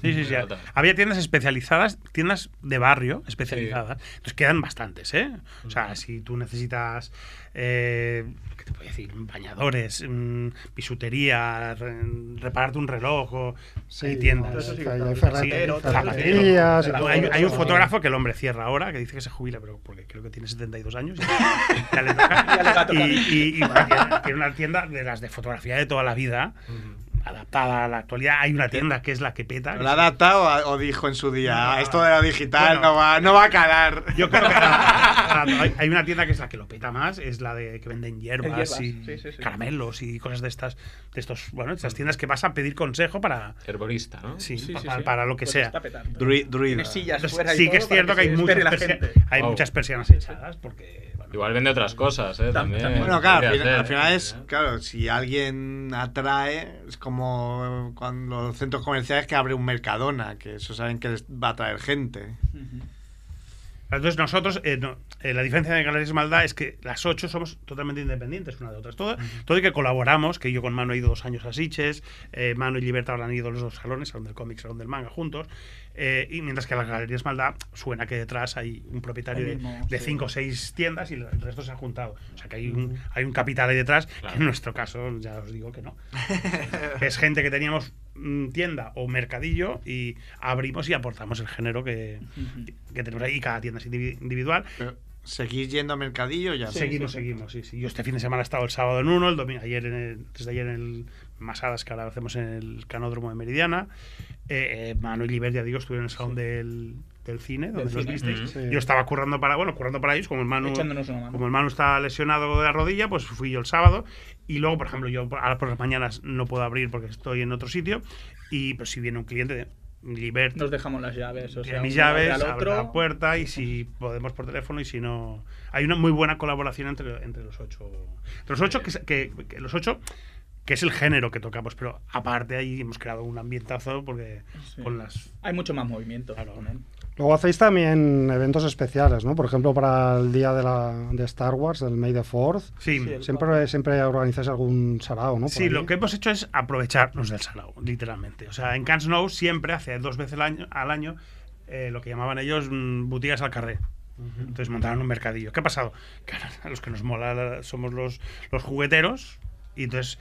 Sí, sí, sí.
Pelota.
Había tiendas especializadas, tiendas de barrio especializadas. Entonces quedan bastantes, ¿eh? O sea, si tú necesitas, eh, ¿qué te puedo decir? Bañadores, mm, bisutería, re- repararte un reloj o hay tiendas.
eso sí que
hay-
está
hay
bien.
ferre-
Zapatero,
zapaterías y
zapatero.
todo
hay, hay un
eso.
fotógrafo que el hombre cierra ahora, que dice que se jubila, pero porque creo que tiene 72 años. y ya le toca.
Ya le va a tocar.
Y- y- y tiene- tiene una tienda de las de fotografía de toda la vida, adaptada a la actualidad. Hay una tienda que es la que peta. que
¿Lo ha
es-
adaptado a- o dijo en su día? "Ah, Esto de lo digital no,
Bueno.
va, no va a calar.
Yo creo que ahora- ahora hay- hay una tienda que es la que lo peta más, es la de que venden hierbas,
Hierbas,
y
sí, sí, sí.
caramelos y cosas de estas, de estos, bueno, de estas tiendas que vas a pedir consejo para,
Herborista, ¿no?
sí,
Sí,
pa-
sí,
para,
sí.
lo que
Pues
sea.
está petando.
Drui- druida.
Tiene sillas
Entonces,
fuera y
sí que es
todo para
cierto que hay,
se
muchas,
espere la
persia-
gente.
hay
Wow.
muchas persianas echadas porque... bueno,
Igual vende otras cosas, ¿eh?
Tam-
También.
también.
Bueno, claro, al
Podría
fin-
ser,
al final
¿eh?
es, claro, si alguien atrae, es como cuando los centros comerciales que abre un Mercadona, que eso saben que les va a atraer gente.
Ujú.
Entonces nosotros, eh, no, eh, la diferencia de Galerías Maldá es que las ocho somos totalmente independientes una de otras. Todo, todo y que colaboramos, que yo con Mano he ido dos años a Siches, eh, Mano y Libertad ahora han ido a los dos salones, salón del cómic, salón del manga, juntos. eh, y mientras que las Galerías Maldá suena que detrás hay un propietario
Ahí
de,
mismo,
de
sí.
cinco o seis tiendas y el resto se ha juntado. O sea que hay un, hay un capital ahí detrás, que en nuestro caso ya os digo que no. es gente que teníamos mm, tienda o mercadillo y abrimos y aportamos el género que, que tenemos ahí, cada tienda es indivi- individual.
Pero, ¿Seguís yendo a Mercadillo ya?
seguimos, seguimos, sí, sí. Yo este fin de semana he estado el sábado en uno, el domingo, ayer en el- desde ayer en el Masadas, que ahora hacemos en el Canódromo de Meridiana. Eh, eh, Manu y Liber, ya digo, estuvieron en el salón del, del cine, donde los
cine.
visteis.
Sí.
Yo estaba currando para, bueno, currando para ellos, como el Manu,
Echándonos una mano.
como el Manu está lesionado de la rodilla, pues fui yo el sábado. Y luego, por ejemplo, yo por- ahora por las mañanas no puedo abrir porque estoy en otro sitio. Y pues si viene un cliente de Liber,
Nos dejamos las llaves. O sea,
tiene mis
uno abre
llaves,
al
abre
otro.
la puerta y si podemos por teléfono y si no... Hay una muy buena colaboración entre, entre los ocho. Entre los ocho, que, es- que- que los ocho, que es el género que tocamos, pero aparte ahí hemos creado un ambientazo porque
Sí.
con las...
Hay mucho más movimiento.
Claro.
también.
Luego hacéis también eventos especiales, ¿no? Por ejemplo, para el día de, la, de Star Wars, del May the Fourth.
Sí,
Sí, el-
Siempre, siempre organizáis algún sarao, ¿no? Por
Sí,
ahí.
lo que hemos hecho es aprovecharnos del salado, literalmente. O sea, en Cannes Snow siempre hace dos veces al año, al año eh, lo que llamaban ellos mm, boutiques al carré. Entonces montaron un mercadillo. ¿Qué ha pasado? Que ahora a los que nos mola la- somos los, los jugueteros y entonces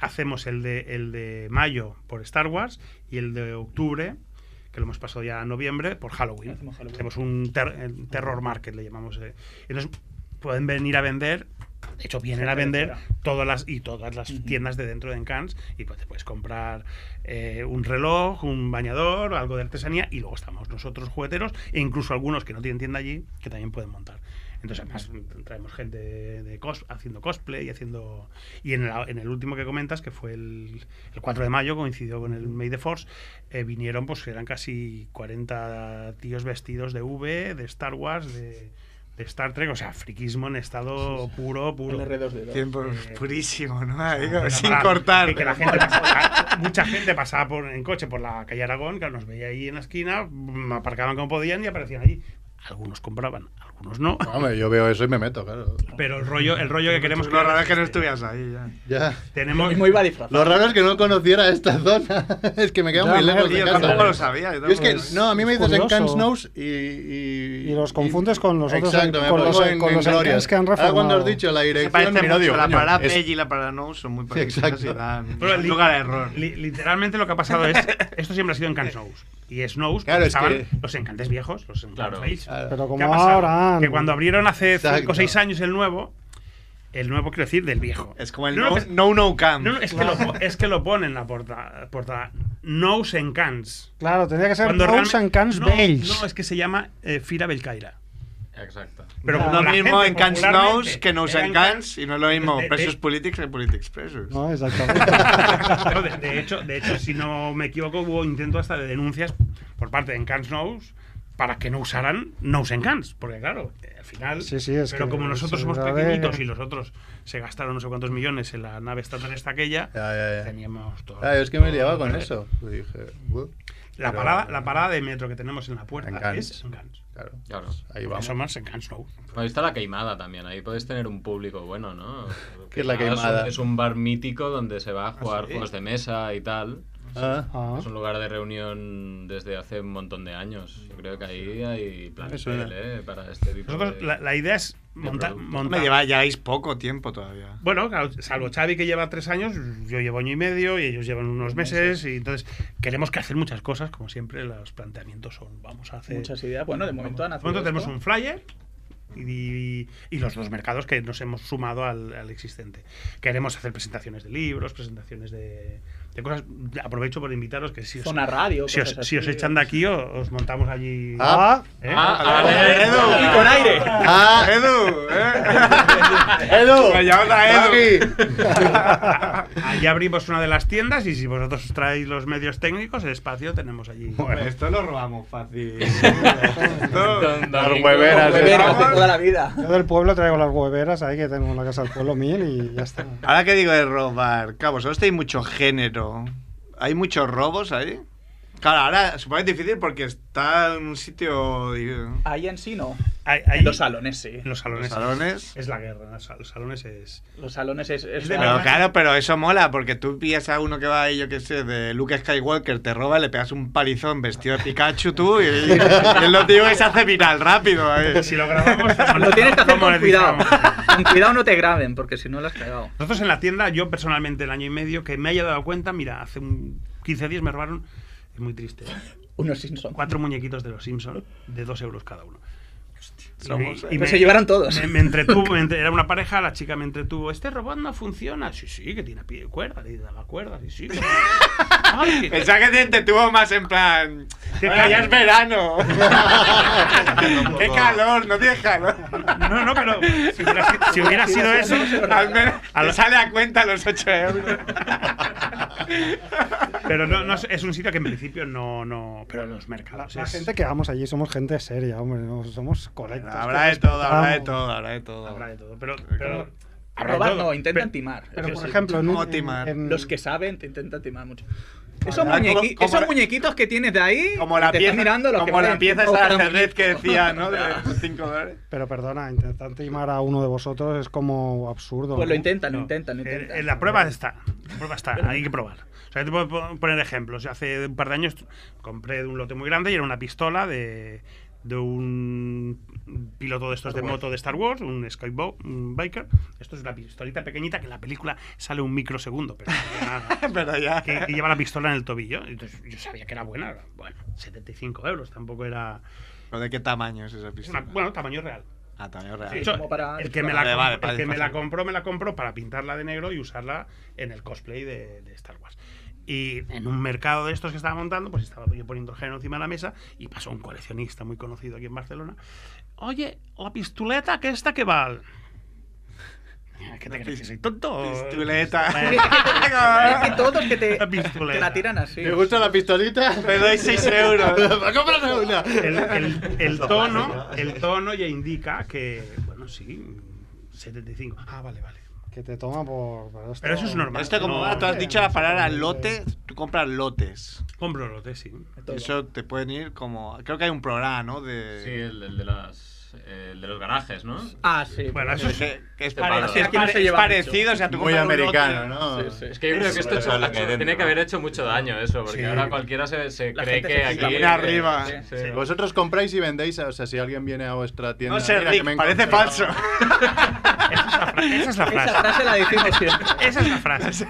hacemos el de, el de mayo por Star Wars y el de octubre, que lo hemos pasado ya a noviembre, por Halloween.
Hacemos Halloween.
Hacemos un ter- el terror market, le llamamos. eh. Entonces pueden venir a vender de hecho, vienen a
Gente de
vender
fuera.
todas las y todas las tiendas de dentro de Encans y pues te puedes comprar eh, un reloj, un bañador, algo de artesanía y luego estamos nosotros jugueteros e incluso algunos que no tienen tienda allí que también pueden montar. Entonces, además, mm, traemos gente de, cos- haciendo cosplay y haciendo... Y en, la- en el último que comentas, que fue el, el 4 de mayo, coincidió con el May the Force, eh, vinieron, pues eran casi 40 tíos vestidos de V, de Star Wars, de, de Star Trek, o sea, friquismo en estado puro, puro.
El R2D2.
Tiempo
Eh,
purísimo, ¿no? Ahí,
Era
sin
para-
cortar.
Que, que la gente pasaba- mucha gente pasaba por, en coche por la calle Aragón, que nos veía ahí en la esquina, mm, aparcaban como podían y aparecían allí. Algunos compraban, algunos no.
Hombre, yo veo eso y me meto, claro.
Pero el rollo, el rollo que queremos
Lo raro
crear
es que no
este.
estuvieras ahí ya.
Ya.
Tenemos,
Mismo iba disfrazado.
Lo raro es que no conociera esta zona. es que me queda
Ya,
muy
Yo
lejos de casa.
tampoco lo sabía. yo
Yo es que,
tampoco lo-
no, a mí me dices en
curioso.
Camp Snows y, y.
Y los confundes con los otros-
Exacto, me
con
pongo
los-
en,
con
en
los
glorias.
Encans que han
Ahora cuando
reformado.
has dicho la
Se
dirección,
parecen
mira,
mucho,
digo,
la
coño,
para
es-
Pell y la para No son muy parecidas
exacto.
y dan
Pero li-
lugar a error.
li- literalmente lo que ha pasado es. Esto siempre ha sido en Camp Snows. Y en Snows
Claro, es
estaban
que-
los encantes viejos, los encantes
Claro.
Claro.
Pero
¿Qué
como
ha pasado?
ahora... han-
Que cuando abrieron hace
Exacto.
5 o 6 años el nuevo, el nuevo quiero decir del viejo.
Es como el
No, no,
no,
pero-
no, no camp.
No, no, es, que lo, po- es que lo pone en la portada. portada Nous en Cans.
Claro, tendría que ser
Cuando
Rose
realme-
and Cans
no,
Bells.
no, es que se llama eh, Fira Belcaira.
Exacto.
Pero
lo
como la
mismo
gente
en Cans
popularmente
Knows que Knows
era
en Cans y no es lo mismo
de- de-
Precious Politics que Politics Precious.
No, exactamente.
No, de, de hecho, de hecho, si no me equivoco, hubo intento hasta de denuncias por parte de Encans Nous para que no usaran Nous en Cans. Porque claro, eh, al final...
Sí, sí, es
pero
que
como nosotros
se
somos
da de-
pequeñitos y los otros se gastaron no sé cuántos millones en la nave estatal esta aquella,
Ya, ya, ya.
teníamos todo.
Ah, yo es que me liaba con eso. Y dije, "Buh".
La,
Pero-
parada, la parada de metro que tenemos en la puerta
En Cans.
es en Cans.
Claro.
Claro.
Ahí vamos.
Asomarse en Cans no.
Bueno, ahí está la queimada también, ahí puedes tener un público bueno, ¿no?
¿Qué es la
un-
Queimada?
Es un, bar mítico donde se va a jugar
sí?
juegos de mesa y tal.
Ah,
Ah,
Es un lugar de reunión desde hace un montón de años. Yo creo que ahí hay plantel,
suena.
¿eh? Para este tipo
Nosotros,
de...
la, la idea es montar.
producto.
Me
montar-
lleva, lleváis poco tiempo todavía.
Bueno, claro, salvo Xavi que lleva tres años, yo llevo año y medio y ellos llevan unos meses. Y entonces queremos que hacer muchas cosas, como siempre los planteamientos son, vamos a hacer...
Muchas ideas. Bueno, de momento han
De
nacido
momento tenemos
esto.
un flyer y, y- y los dos mercados que nos hemos sumado al, al existente. Queremos hacer presentaciones de libros, presentaciones de, de cosas. Aprovecho por invitaros que si os,
Zona radio.
si os-
cosas
si os
así,
echan de aquí, o- os, montamos allí.
Ah.
¿eh?
Ah,
Ah,
vale,
vale,
vale,
Edu.
vale.
Y con aire.
ah,
Edu, ¿eh?
Edu.
Me llama otra Edu.
Allí abrimos una de las tiendas y si vosotros os traéis los medios técnicos, el espacio tenemos allí.
Hombre, esto lo robamos fácil.
Don-
esto...
don
Las
Domingo,
hueveras,
Las
Beberas
¿eh?
de
hueveras.
toda la vida.
Yo del pueblo traigo las hueveras ahí que tengo en la casa del pueblo mil y ya está.
Ahora que digo de robar, claro, vosotros tenéis mucho género. ¿Hay muchos robos ahí? Claro, ahora supongo que es difícil porque está en un sitio de
Ahí en sí no.
Hay- hay-
En los salones sí.
en los salones.
salones.
Es la guerra, los sal- salones es.
Los salones es. es
de
la-
Pero claro, pero eso mola porque tú pillas a uno que va ahí, yo qué sé, de Luke Skywalker, te roba, le pegas un palizón vestido de Pikachu tú y, y el lo digo que se hace viral rápido. ¿eh? ahí.
Si lo grabamos,
Lo tienes que hacer con cuidado.
monetizamos.
Con cuidado no te graben, porque si no lo has cagado.
Nosotros en la tienda, yo personalmente el año y medio que me haya dado cuenta, mira, hace un 15 días me robaron, es muy triste, ¿eh?
Unos Simpsons.
cuatro muñequitos de los Simpsons de 2 euros cada uno. Y-
somos-
y
Y
me-
se llevaron todos.
Me, me entretuvo, me entre- era una pareja, la chica me entretuvo. Este robot no funciona. Sí, sí, que tiene pie de cuerda, le daba cuerda, sí, sí. que- Ay, que-
Pensaba que te, te tuvo más en plan.
Qué
"Bueno, ya
calor".
es verano. Qué calor, no tienes calor.
No, no, pero si hubiera, si- si hubiera sido eso,
Al menos
A
te
la-
sale a cuenta los 8 euros.
pero no, no es- es un sitio que en principio no, no, pero en los mercados.
La
es-
gente que vamos allí somos gente seria, hombre, no somos correctos.
habrá de todo, habrá de todo, habrá de todo.
Habrá de todo, pero, pero habrá de
Robar
todo.
no, intentan
Pe-
timar.
Pero
Eso
por
sí.
ejemplo, en, un-
¿Cómo timar?
en- en-
Los que saben te intentan timar mucho. Esos,
Ah, mm, como-
muñequi-
como
esos
la-
muñequitos que tienes de ahí,
Como la
te
pieza,
están mirando los que
como la
pueden.
pieza esa de
Ojalá.
ajedrez que decía, ¿no? De 5 dólares.
Pero perdona, intentar timar a uno de vosotros es como absurdo.
Pues lo
¿no?
intentan, lo
No.
intentan, lo
Eh,
intentan.
eh, la prueba está. La prueba está. Hay que probar. O sea, te puedo po- poner ejemplos. Hace un par de años compré un lote muy grande y era una pistola de, de un piloto de estos de moto de Star Wars, un Skybo- un biker. Esto es una pistolita pequeñita que en la película sale un microsegundo, pero nada.
Pero ya.
que, que lleva la pistola en el tobillo. Entonces yo sabía que era buena. Bueno, 75 euros tampoco era.
¿Pero de qué tamaño es esa
es una-
pistola?
bueno, tamaño real.
Ah, tamaño real.
De hecho,
como para-
el que, me la,
Vale, vale,
comp-
para
el que me la
disfrazar.
compró, me la compró para pintarla de negro y usarla en el cosplay de, de Star Wars. Y en un mercado de estos que estaba montando, pues estaba yo poniendo el género encima de la mesa y pasó un coleccionista muy conocido aquí en Barcelona. Oye, la pistoleta que esta que va. ¿Qué te crees? que ¿Soy tonto?
Pistoleta.
Es que todos que te,
La
te
pistoleta.
la tiran así.
¿Te gusta la pistolita?
Me doy 6 euros.
¡Cómprate una!
el, el- el tono, el tono ya indica que, bueno, sí, 75. Ah, vale, vale.
Que te toma por. Pero, esto-
Pero eso es normal.
Esto como
No,
va, tú has dicho la palabra lote, tú compras lotes.
Compro lotes, sí.
Todo.
Eso te pueden ir como. Creo que hay un programa, ¿no? De,
Sí, el, el de las, eh, el de los garajes, ¿no?
Ah, sí.
Bueno, eso
de-
es,
de- que es,
Te pagan.
parecido, es, que
Aquí no se
es
lleva
parecido,
mucho.
o sea, tú
Muy
compras un
americano,
lote-
¿no?
Sí, sí.
Es que yo creo que esto
Eso es la que
tiene
hay dentro,
que
¿no?
haber hecho mucho daño eso, porque
Sí.
ahora cualquiera se, se
La
cree
gente
que
se
aquí...
tira
bien arriba.
Sí, sí.
Vosotros compráis y vendéis, o sea, si alguien viene a vuestra tienda.
No sé,
"Mira, que me
Rick,
he
parece
encontrado-".
falso.
esa es la fra- esa es la frase.
Esa frase la decimos siempre.
Esa es la frase.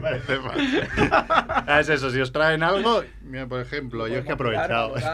Parece falso. Es eso, si os traen algo, mira, por ejemplo, yo es que he aprovechado.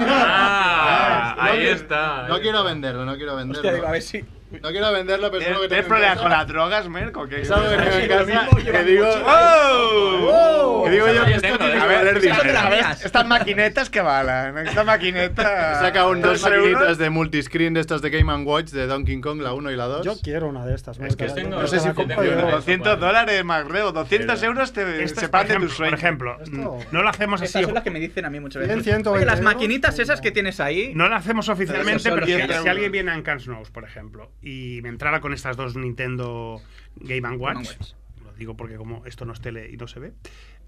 Ah,
No
ahí
quiero-
está.
No
ahí
quiero
está.
venderlo, no quiero venderlo.
Hostia, digo, a ver si.
No quiero venderlo, pero es algo
¿Tienes
que tengo
tienes problemas
en
con
casa.
las drogas, Merco? ¿Qué
Es algo que tengo en
Lo
casa
mismo
que
llevan
digo.
¡Wow!
Oh.
que digo yo
Yo
que esto
tengo,
tiene
¿eh?
que valer
Esas son
dinero.
de las mías.
Estas maquinetas que balan. Esta maquineta.
Saca un dos
Dos euros.
maquinitas de multiscreen de estas de Game Watch de Donkey Kong, la 1 y la 2.
Yo quiero una de estas. ¿no?
Es que
Yo-
tengo-
yo
no sé
te la
si
compro
tengo
yo.
una
200 dólares más, Reo. 200
Pero-
euros te
Estas,
separan de
por
tus
ejemplo,
sueños.
Por ejemplo, mm,
Esto-
no lo hacemos así.
Estas son las que me dicen a mí muchas
Bien,
veces.
120
Oye, las
euros.
maquinitas esas que tienes ahí.
No lo hacemos oficialmente,
Pero
pero,
esos son
si,
10
si
euros.
alguien viene a Encans Knows, por ejemplo, y me entrara con estas dos Nintendo Game and Watch,
Game and Watch.
lo digo porque como esto no es tele y no se ve,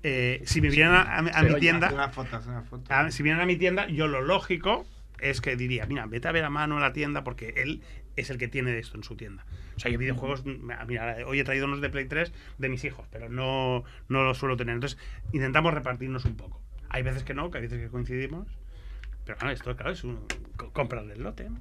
eh, si me vinieran a, a- a mi tienda,
Una foto, una foto.
Ah,
a- Ah, si vienen a mi tienda, yo lo lógico es que diría, mira, vete a ver a mano a la tienda porque él es el que tiene esto en su tienda. O sea, yo videojuegos, m- mira, hoy he traído unos de Play 3 de mis hijos, pero no, no los suelo tener. Entonces, intentamos repartirnos un poco. Hay veces que no, que hay veces que coincidimos. Pero claro, esto claro, es un, co- comprarle el lote. ¿no?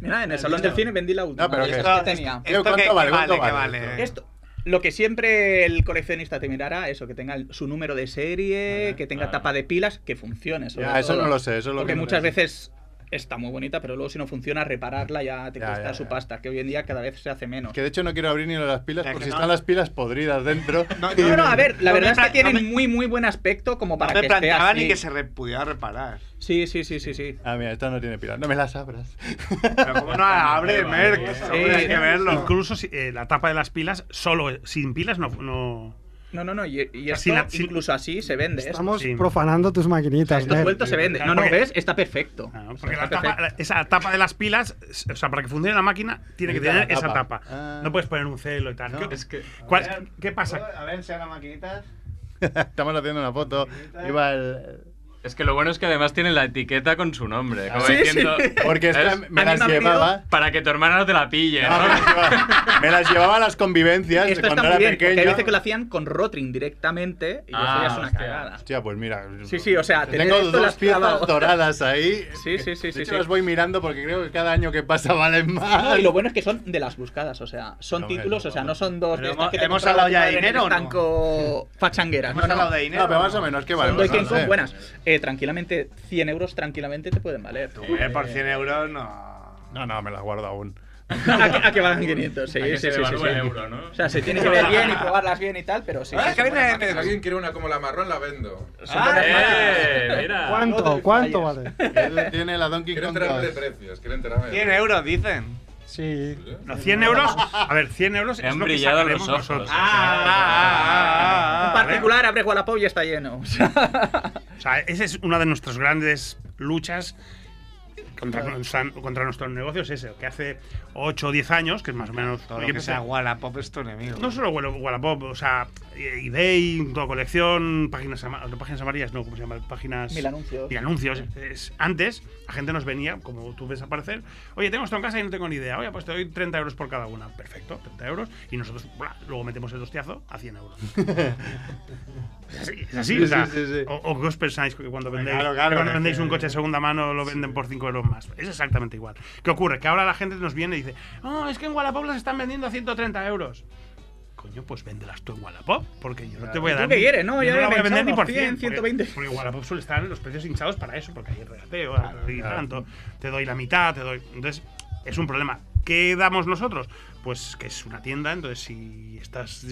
Mira, en el salón del cine vendí la última.
No, pero
que este
que-
tenía.
Tío, ¿cuánto
qué-
vale?
qué
¿Cuánto
qué
vale
Esto, lo que siempre el coleccionista te mirará, eso, que tenga el- su número de serie, que tenga
claro.
tapa de pilas, que funcione. sobre
Ya, eso
todo.
no lo sé, eso es lo
Porque
que no
muchas
sé.
veces está muy bonita, pero luego si no funciona, repararla ya te
Ya,
cuesta
ya,
su
ya.
pasta, que hoy en día cada vez se hace menos.
Que de hecho no quiero abrir ni las pilas,
Es que
porque si
no.
están las pilas podridas dentro. y-
No, no, a ver, la
No me
verdad es que
pla-
tienen
no me-
muy, muy buen aspecto como para
no me
que esté
planteaba
así.
ni que se re- pudiera reparar.
Sí, sí, sí, sí, sí.
Ah, mira, esta no tiene pilas. No me las abras.
Pero como no la abre, Merck, hombre, hay que verlo.
Incluso si- eh, la tapa de las pilas, solo eh, sin pilas no- no,
No, no, no, y, y
O sea,
esto
sin la- sin-
incluso así se vende. esto.
Estamos
Sí.
profanando tus maquinitas,
Esto
Mer.
vuelto se vende. No, no,
Porque-
¿ves? Está perfecto.
Ah, porque
Está
la tapa-
perfecto.
la- esa tapa de las pilas, s- o sea, para que funcione la máquina, tiene que
Necesita
tener
la
esa
tapa.
tapa.
Ah.
No puedes poner un celo y tal.
No,
¿Qué,
Es que.
cuál- qué pasa?
A ver, sea la maquinita.
Estamos haciendo una foto. Iba el.
Es que lo bueno es que además tiene la etiqueta con su nombre. Como
Sí, sí.
diciendo,
Porque esta
¿sabes?
me
A mí
las
me han
llevaba.
Para que tu hermana no te la pille.
No,
¿no?
me,
Ah,
las llevaba me las llevaba a las convivencias de
Esto está
cuando
muy
era
bien, porque hay
pequeño.
veces que lo hacían con Rotring directamente y
Ah,
eso ya es una
hostia.
cagada.
Hostia, pues mira.
Sí, sí, o sea, tener
tengo
esto
dos
las
piezas
clavado.
doradas ahí.
Sí, sí, sí,
De
sí,
hecho,
sí.
las voy mirando porque creo que cada año que pasa valen
No,
más.
Ah, y lo bueno es que son de las buscadas, o sea, son
No, hombre,
títulos,
no,
o sea,
no.
no son dos.
Pero
de estas
hemos-
que te
hemos
compraba
hablado
tu
ya de
madre en el
dinero, ¿o no?
estanco fachangueras.
Hemos
No, no,
hablado de
No,
dinero.
pero más o menos, que valen.
Son dos que
bastante.
son buenas. Eh, tranquilamente, 100 euros tranquilamente te pueden valer.
Hombre, por 100 euros no.
No, no, me las guardo aún.
¿A, que, a que valgan 500, sí,
A que
sí,
se
sí, sí,
devalúe
sí.
el euro, ¿no?
O sea, se tiene que ver bien y probarlas bien y tal, pero sí.
Ah,
sí,
que
son
viene-
buenas
Si alguien quiere una como la marrón, la vendo.
marcas.
Ah, ¡Eh! Mira.
¿Cuánto? ¿Cuánto vale?
Él tiene la Donkey
Quiero
Kong
enterarme de
Cars.
precios, quiero enterarme.
100 euros, dicen.
Sí.
No, 100 euros. A ver, 100 euros
Me
es
han
lo que
brillado
sacaremos
los ojos.
nosotros.
Ah, ah, ah, ah, ah.
En particular, abre Wallapop y está lleno. O sea,
O sea, esa es una de nuestras grandes luchas contra, nuestra- contra nuestros negocios, ese, que hace 8 o 10 años, que es más o menos...
Todo
yo
lo que
empecé-
sea Wallapop es tu enemigo.
pues eh. No solo Wall- Wallapop, o sea, e- eBay, toda colección, páginas, ama- no, páginas amarillas, no, ¿cómo se llama? Páginas...
Mil anuncios.
Mil anuncios. Es- antes, la gente nos venía, como tú ves aparecer, oye, tengo esto en casa y no tengo ni idea. Oye, pues te doy 30 euros por cada una. Perfecto, 30 euros. Y nosotros, bla, luego metemos el hostiazo a 100 euros. Es así, es así,
Sí,
o, sea,
sí, sí, sí.
o- o que os pensáis que cuando vendéis,
claro, claro,
que cuando
que-
vendéis un coche de segunda mano lo venden por 5 euros más. Es exactamente igual. ¿Qué ocurre? Que ahora la gente nos viene y dice, no, es que en Wallapop las están vendiendo a 130 euros. Coño, pues véndelas tú en Wallapop, porque yo no te voy a
¿Tú
dar.
qué
ni-
quieres? No, yo
no
he
la voy a
pensado
vender ni por
100,
100.
120.
Porque, porque Wallapop suele estar los precios hinchados para eso, porque hay regateo y tanto. Te doy la mitad, te doy. Entonces, es un problema. ¿Qué damos nosotros? Pues que es una tienda, entonces si estás.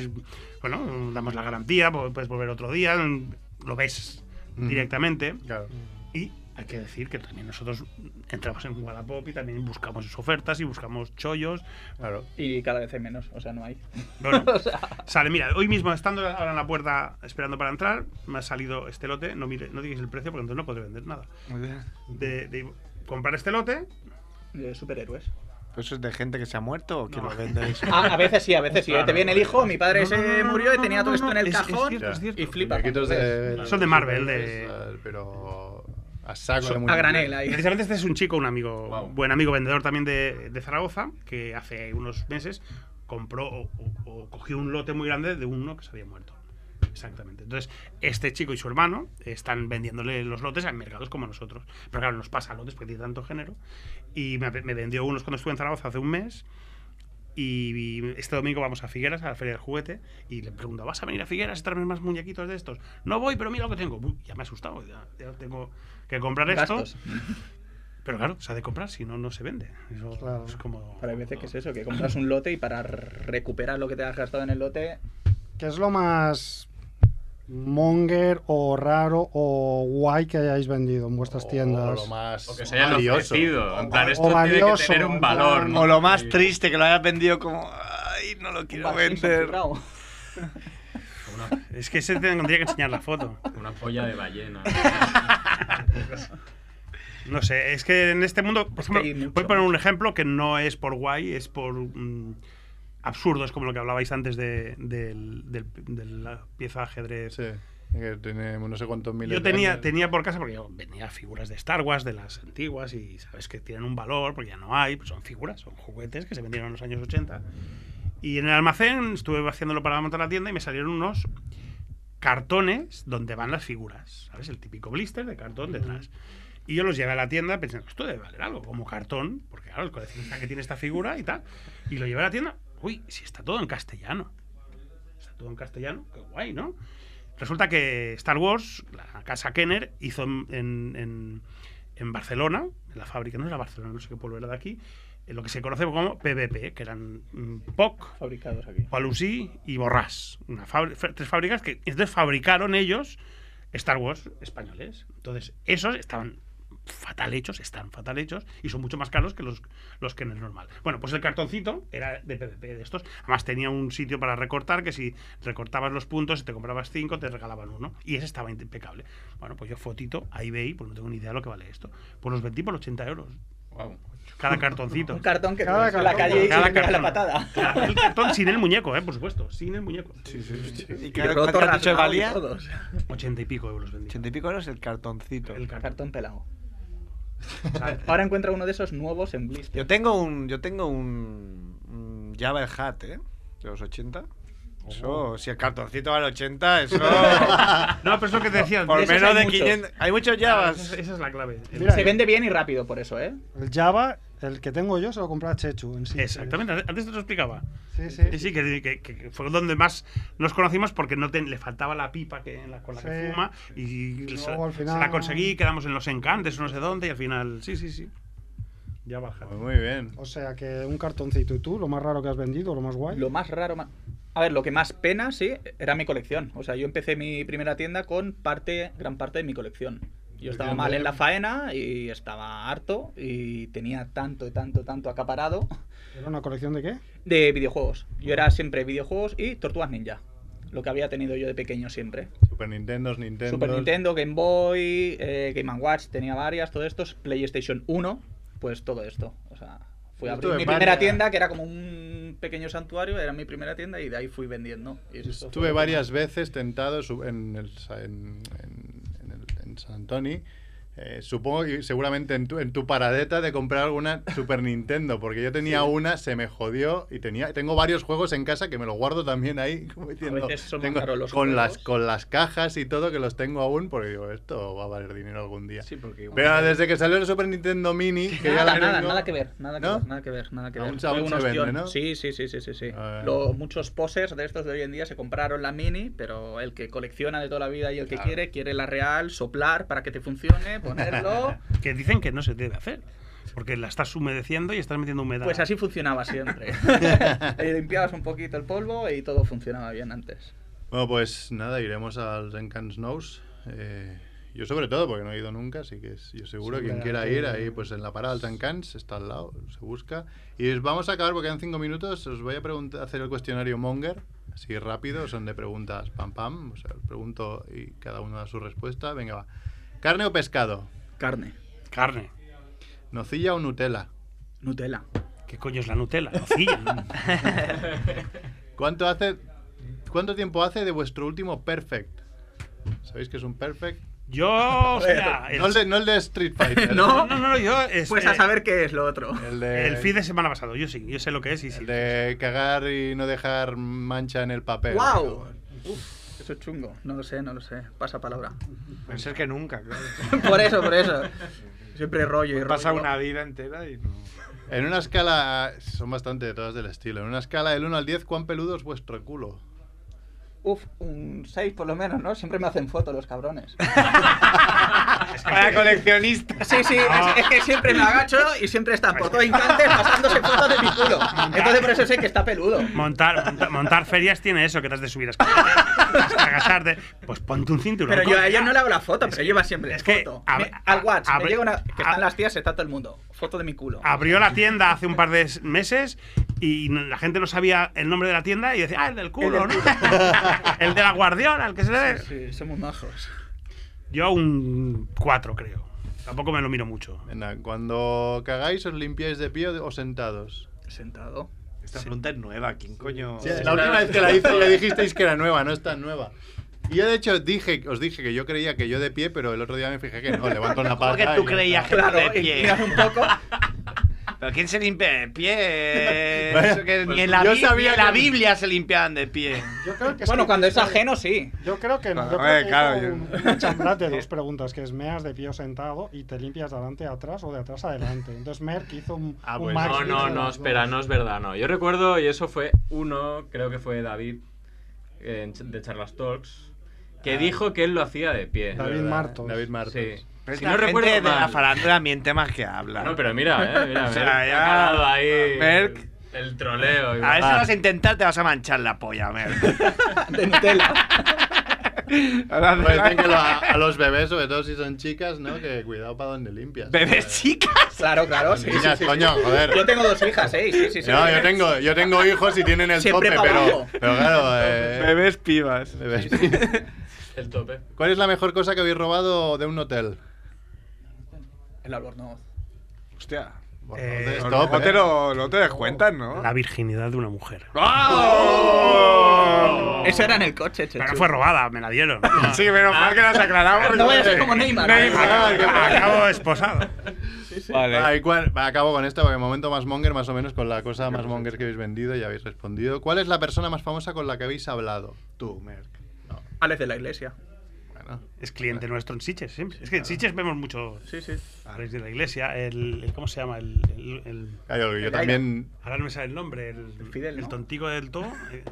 Bueno, damos la garantía, pu- puedes volver otro día, lo ves
Mm.
Ujú.
directamente.
Claro.
Y hay que decir que también nosotros entramos en Wallapop y también buscamos sus ofertas y buscamos chollos.
Claro.
Y cada vez hay menos, o sea, no hay.
Bueno, sale, mira, hoy mismo estando ahora en la puerta esperando para entrar, me ha salido este lote, no, mire, no digáis el precio porque entonces no podré vender nada. De, de comprar este lote,
De Eh, superhéroes.
¿Pero eso es de gente que se ha muerto o que
No.
lo vendéis?
Ah, A, a veces sí, a veces sí. ¿eh? Te viene el hijo, mi padre
pues, No,
se
no, no, no,
murió y
no,
tenía
no,
todo
no,
esto en el
es- es
cajón
cierto, es cierto.
y flipa.
Muñequitos de-
Son de Marvel, de-
eh, Pero. A saco de
A
muñequitos.
granel ahí.
precisamente este es un chico, un amigo,
Wow.
buen amigo vendedor también de, de Zaragoza, que hace unos meses compró o, o- o cogió un lote muy grande de uno que se había muerto. Exactamente. Entonces, este chico y su hermano están vendiéndole los lotes a mercados como nosotros. Pero claro, nos pasa lotes porque tiene tanto género. Y me, me vendió unos cuando estuve en Zaragoza hace un mes. Y este domingo vamos a Figueras, a la Feria del Juguete, y le pregunto, ¿vas a venir a Figueras a traerme más muñequitos de estos? No voy, pero mira lo que tengo. Uy, ya me he asustado, ya, ya tengo que comprar esto.
Gastos.
Pero claro, se ha de comprar, si no, no se vende. Eso
Claro.
es como...
Pero hay veces que es eso, que compras un lote y para recuperar lo que te has gastado en el lote,
¿Qué es lo más monger o raro o guay que hayáis vendido en vuestras
O- O
tiendas?
Oh, lo más.
O que se hayan
valioso.
ofrecido. En plan,
O
esto tiene que
valioso,
tener
en
un
plan-
valor. ¿no?
O lo más triste, que lo hayas vendido como. Ay, no lo quiero
vas, sí,
vender.
sobrado.
Es que se tendría que enseñar la foto.
Una polla de ballena.
No sé, es que en este mundo, por
Es que hay
ejemplo,
mucho.
voy a poner un ejemplo que no es por guay, es por... mm, absurdos como lo que hablabais antes de, del, del- de la pieza de ajedrez.
Que tiene no sé cuántos miles
Yo
de
tenía,
años.
tenía por casa, porque yo vendía figuras de Star Wars, de las antiguas, y sabes que tienen un valor, porque ya no hay, pues son figuras, son juguetes que se vendieron en los años 80. Y en el almacén estuve haciéndolo para montar la tienda y me salieron unos cartones donde van las figuras, ¿sabes? El típico blister de cartón detrás. Y yo los llevé a la tienda pensando, esto debe valer algo, como cartón, porque claro, el coleccionista que tiene esta figura y tal. Y lo llevé a la tienda, uy, si está todo en castellano. Está todo en castellano, qué guay, ¿no? Resulta que Star Wars, la casa Kenner, hizo en, en- en- en Barcelona, en la fábrica, no era Barcelona, no sé qué pueblo era de aquí, eh, lo que se conoce como PBP, que eran mm, POC,
fabricados aquí.
Palusí y Borrás. Una fabri- fa- tres fábricas que entonces fabricaron ellos Star Wars españoles. Entonces, esos estaban fatal hechos, están fatal hechos y son mucho más caros que los, los que en el normal. Bueno, pues el cartoncito era de PVP de estos. Además tenía un sitio para recortar que si recortabas los puntos y te comprabas cinco te regalaban uno. Y ese estaba impecable. Bueno, pues yo fotito a eBay, pues no tengo ni idea de lo que vale esto. Pues los vendí por 80 euros. Cada cartoncito.
Un cartón que
Cada
te- la
cartón.
calle y
Cada
se pega la
cartón.
patada.
Claro, el cartón sin el muñeco, eh, por supuesto. Sin el muñeco.
¿Y
Y
qué
roto,
cuánto has dicho que
rasgado y
valía?
todos.
80 y pico euros vendí.
80 y pico euros el cartoncito.
El cartón.
Cartón pelado.
¿sabes?
Ahora encuentra uno de esos nuevos en blister.
Yo tengo un. Yo tengo un. un Java el Hat, ¿eh? De los 80. Eso, si el cartoncito vale 80, eso.
Ah, No, pero eso que te decía.
por
de esos
menos
hay
de
muchos.
500. Hay muchos
Esa
Javas.
es, esa es la clave. El-
Mira,
Se vende bien y rápido por eso, ¿eh?
El Java, el que tengo yo, se lo compré a Chechu en sí.
Exactamente, antes te lo explicaba.
Sí, sí.
Sí, sí, que, que- que fue donde más nos conocimos porque no te- le faltaba la pipa que, la, con la que
Sí.
fuma y se,
luego al
se
final-
la conseguí, quedamos en los encantes o no sé dónde y al final, sí, sí, sí. Ya baja.
Pues muy bien.
O sea que un cartoncito y tú, lo más raro que has vendido, lo más guay.
Lo más raro. ma- A ver, lo que más pena, sí, era mi colección. O sea, yo empecé mi primera tienda con parte, gran parte de mi colección. Yo estaba mal en la faena y estaba harto y tenía tanto, tanto, tanto acaparado
¿Era una colección de qué?
de videojuegos. Yo era siempre videojuegos y Tortugas Ninja, lo que había tenido yo de pequeño siempre.
Super Nintendo, Nintendo.
Super Nintendo, Game Boy, eh, Game and Watch, tenía varias, todo esto, PlayStation 1, pues todo esto. O sea, fui a
Yo
abrir
estuve
mi
en
primera
varias.
tienda, que era como un pequeño santuario, era mi primera tienda y de ahí fui vendiendo. Y eso fue
Estuve
lo que-
varias veces tentado su- en, el, Sa- en, en- en el- en San Antonio. Eh, supongo y seguramente en tu, en tu paradeta de comprar alguna Super Nintendo, porque yo tenía una, se me jodió y tenía tengo varios juegos en casa que me los guardo también ahí, como diciendo,
veces son más
tengo-
caros los
con las
juegos.
con las cajas y todo que los tengo aún, porque digo, esto va a valer dinero algún día.
Sí, porque igual-
Pero desde que salió el Super Nintendo Mini, que ya
nada,
la
nada,
tengo-
nada que ver, nada que
¿No?
ver, nada que ver, nada que ver.
Aún se-
Fue
aún se
una
vende,
opción.
¿no?
Sí, sí, sí, sí, sí, sí.
Ah,
Lo- muchos posers de estos de hoy en día se compraron la mini, pero el que colecciona de toda la vida y el que quiere, quiere la real, soplar para que te funcione, ponerlo.
Que dicen que no se debe hacer porque la estás humedeciendo y estás metiendo humedad.
Pues así funcionaba siempre. Y limpiabas un poquito el polvo y todo funcionaba bien antes.
Bueno, pues nada, iremos al Renkan Snows. Eh, yo sobre todo, porque no he ido nunca, así que es- yo seguro
Sí,
quien
hombre,
quiera
aquí-
ir, ahí pues en la parada del Renkans, está al lado, se busca. Y os vamos a acabar porque en cinco minutos os voy a pregunt- hacer el cuestionario Monger, así rápido, son de preguntas pam pam, o sea, os pregunto y cada uno da su respuesta. Venga, va. ¿Carne o pescado?
Carne,
Carne.
¿Nocilla o Nutella?
Nutella.
¿Qué coño es la Nutella? Nocilla.
¿Cuánto, hace, ¿Cuánto tiempo hace de vuestro último Perfect? ¿Sabéis que es un Perfect?
Yo, hostia, el-
No el de, no el de Street Fighter.
no, no, no, yo
Este
es,
Pues
eh,
a saber qué es lo otro.
El de...
el fin de semana pasado, yo sí, yo sé lo que es y sí.
El de cagar y no dejar mancha en el
Eh,
papel.
¡Wow! Eso es chungo. No lo sé, no lo sé. Pasa palabra.
Pensar que nunca, claro.
Por eso, por eso. Siempre rollo y rollo.
Pues Pasa una vida entera y no.
En una escala, son bastante todas del estilo, en una escala del 1 al 10, ¿cuán peludo es vuestro culo?
Uf, un 6 por lo menos, ¿no? Siempre me hacen fotos los cabrones.
Para coleccionistas.
Sí, sí,
Ah.
es, es que siempre me agacho y siempre están por todos instantes pasándose fotos de mi culo. Entonces por eso sé que está peludo.
Montar, monta- montar ferias tiene eso, que te has de subir a escalar, a agacharte. Pues ponte un cinturón.
Pero yo a
coño.
ellos no le hago la foto, pero lleva siempre
es que
foto.
a-
Me- al WhatsApp,
a-
me llega una...
a-
Que están las tías, está todo el mundo. Foto de mi culo.
Abrió la tienda hace un par de s- meses y no- la gente no sabía el nombre de la tienda y decía, ah, el del culo,
El
¿no?
del
el de la guardiola, el que se le dé.
Sí, somos majos.
Yo un 4, creo. Tampoco me lo miro mucho.
Venga, cuando cagáis, ¿os limpiáis de pie o, de- o sentados?
Sentado.
Esta pregunta es nueva. ¿Quién coño.?
Sí, la última vez que la hice ya dijisteis que era nueva, no es tan nueva. Y yo de hecho dije, os dije que yo creía que yo de pie, pero el otro día me fijé que no, levanto una pata.
¿Cómo que tú
y-
creías que
Claro,
era de
y
pie?
miras un poco.
¿Pero quién se limpia de pie?
Vaya,
Eso que
pues
ni en la,
yo
Bi-
sabía
ni en la
que-
Biblia se limpiaban de pie.
Yo creo que
Bueno,
sí.
cuando es ajeno, sí.
Yo creo que no.
Bueno,
Yo
eh,
creo que
claro,
hay
yo-
un, un chambrat de dos preguntas, que es meas de pie o sentado y te limpias de adelante a atrás o de atrás a adelante. Entonces Merck hizo un,
Ah,
un
pues
match
No,
de
no,
las
no,
dos.
espera, no es verdad, no. Yo recuerdo, y eso fue uno, creo que fue David eh, en Ch- de Charlas Talks,
Ah.
que dijo que él lo hacía de pie.
David
¿verdad?
Martos.
David Martos.
Sí.
Pero
Si
esta
no recuerdo
gente de la
mal.
farándula miente más que habla.
No, pero mira, eh, mira,
O sea,
Merck ha
ya-
calado ahí
Merck.
el troleo.
A ver si
Ah,
vas a intentar, te vas a manchar la polla, Merck.
Dentela.
Ahora-
Pues dicen que lo- a, a los bebés, sobre todo si son chicas, ¿no? Que cuidado para donde limpias.
Bebés chicas.
Claro, claro, sí. sí,
Niñas,
sí, sí.
coño, joder.
Yo tengo dos hijas, ¿eh? Sí, sí, sí.
No, yo tengo, yo tengo hijos y tienen el
Siempre
tope,
pa'
pero,
abajo.
pero claro. eh,
Bebés pibas.
bebés.
El tope.
¿Cuál es la mejor cosa que habéis robado de un hotel?
El albornoz.
Hostia.
Bueno,
Eh,
de
No,
stop,
no te
eh.
lo, no te descuentas, ¿no?
La virginidad de una mujer.
¡Oh!
Eso era en el coche, Chechu.
Pero fue robada, me la dieron.
Sí, menos mal que
Ah.
las aclaramos.
No vayas a ser como Neymar. Ah,
Neymar,
Ac- Acabo esposado.
Ah, y cuál- va, acabo con esto porque momento más monger, más o menos con la cosa más monger que habéis vendido y habéis respondido. ¿Cuál es la persona más famosa con la que habéis hablado?
Tú, Merck.
Alex de la iglesia.
Bueno,
Es cliente nuestro en Siches, siempre. Es que en Siches vemos mucho
Sí, sí.
a Reyes de la Iglesia, el, el- ¿cómo se llama? El, el- el-
claro, yo
El
también.
ahora no me sale el nombre, el,
El Fidel,
el
¿no?
tontico del todo. eh,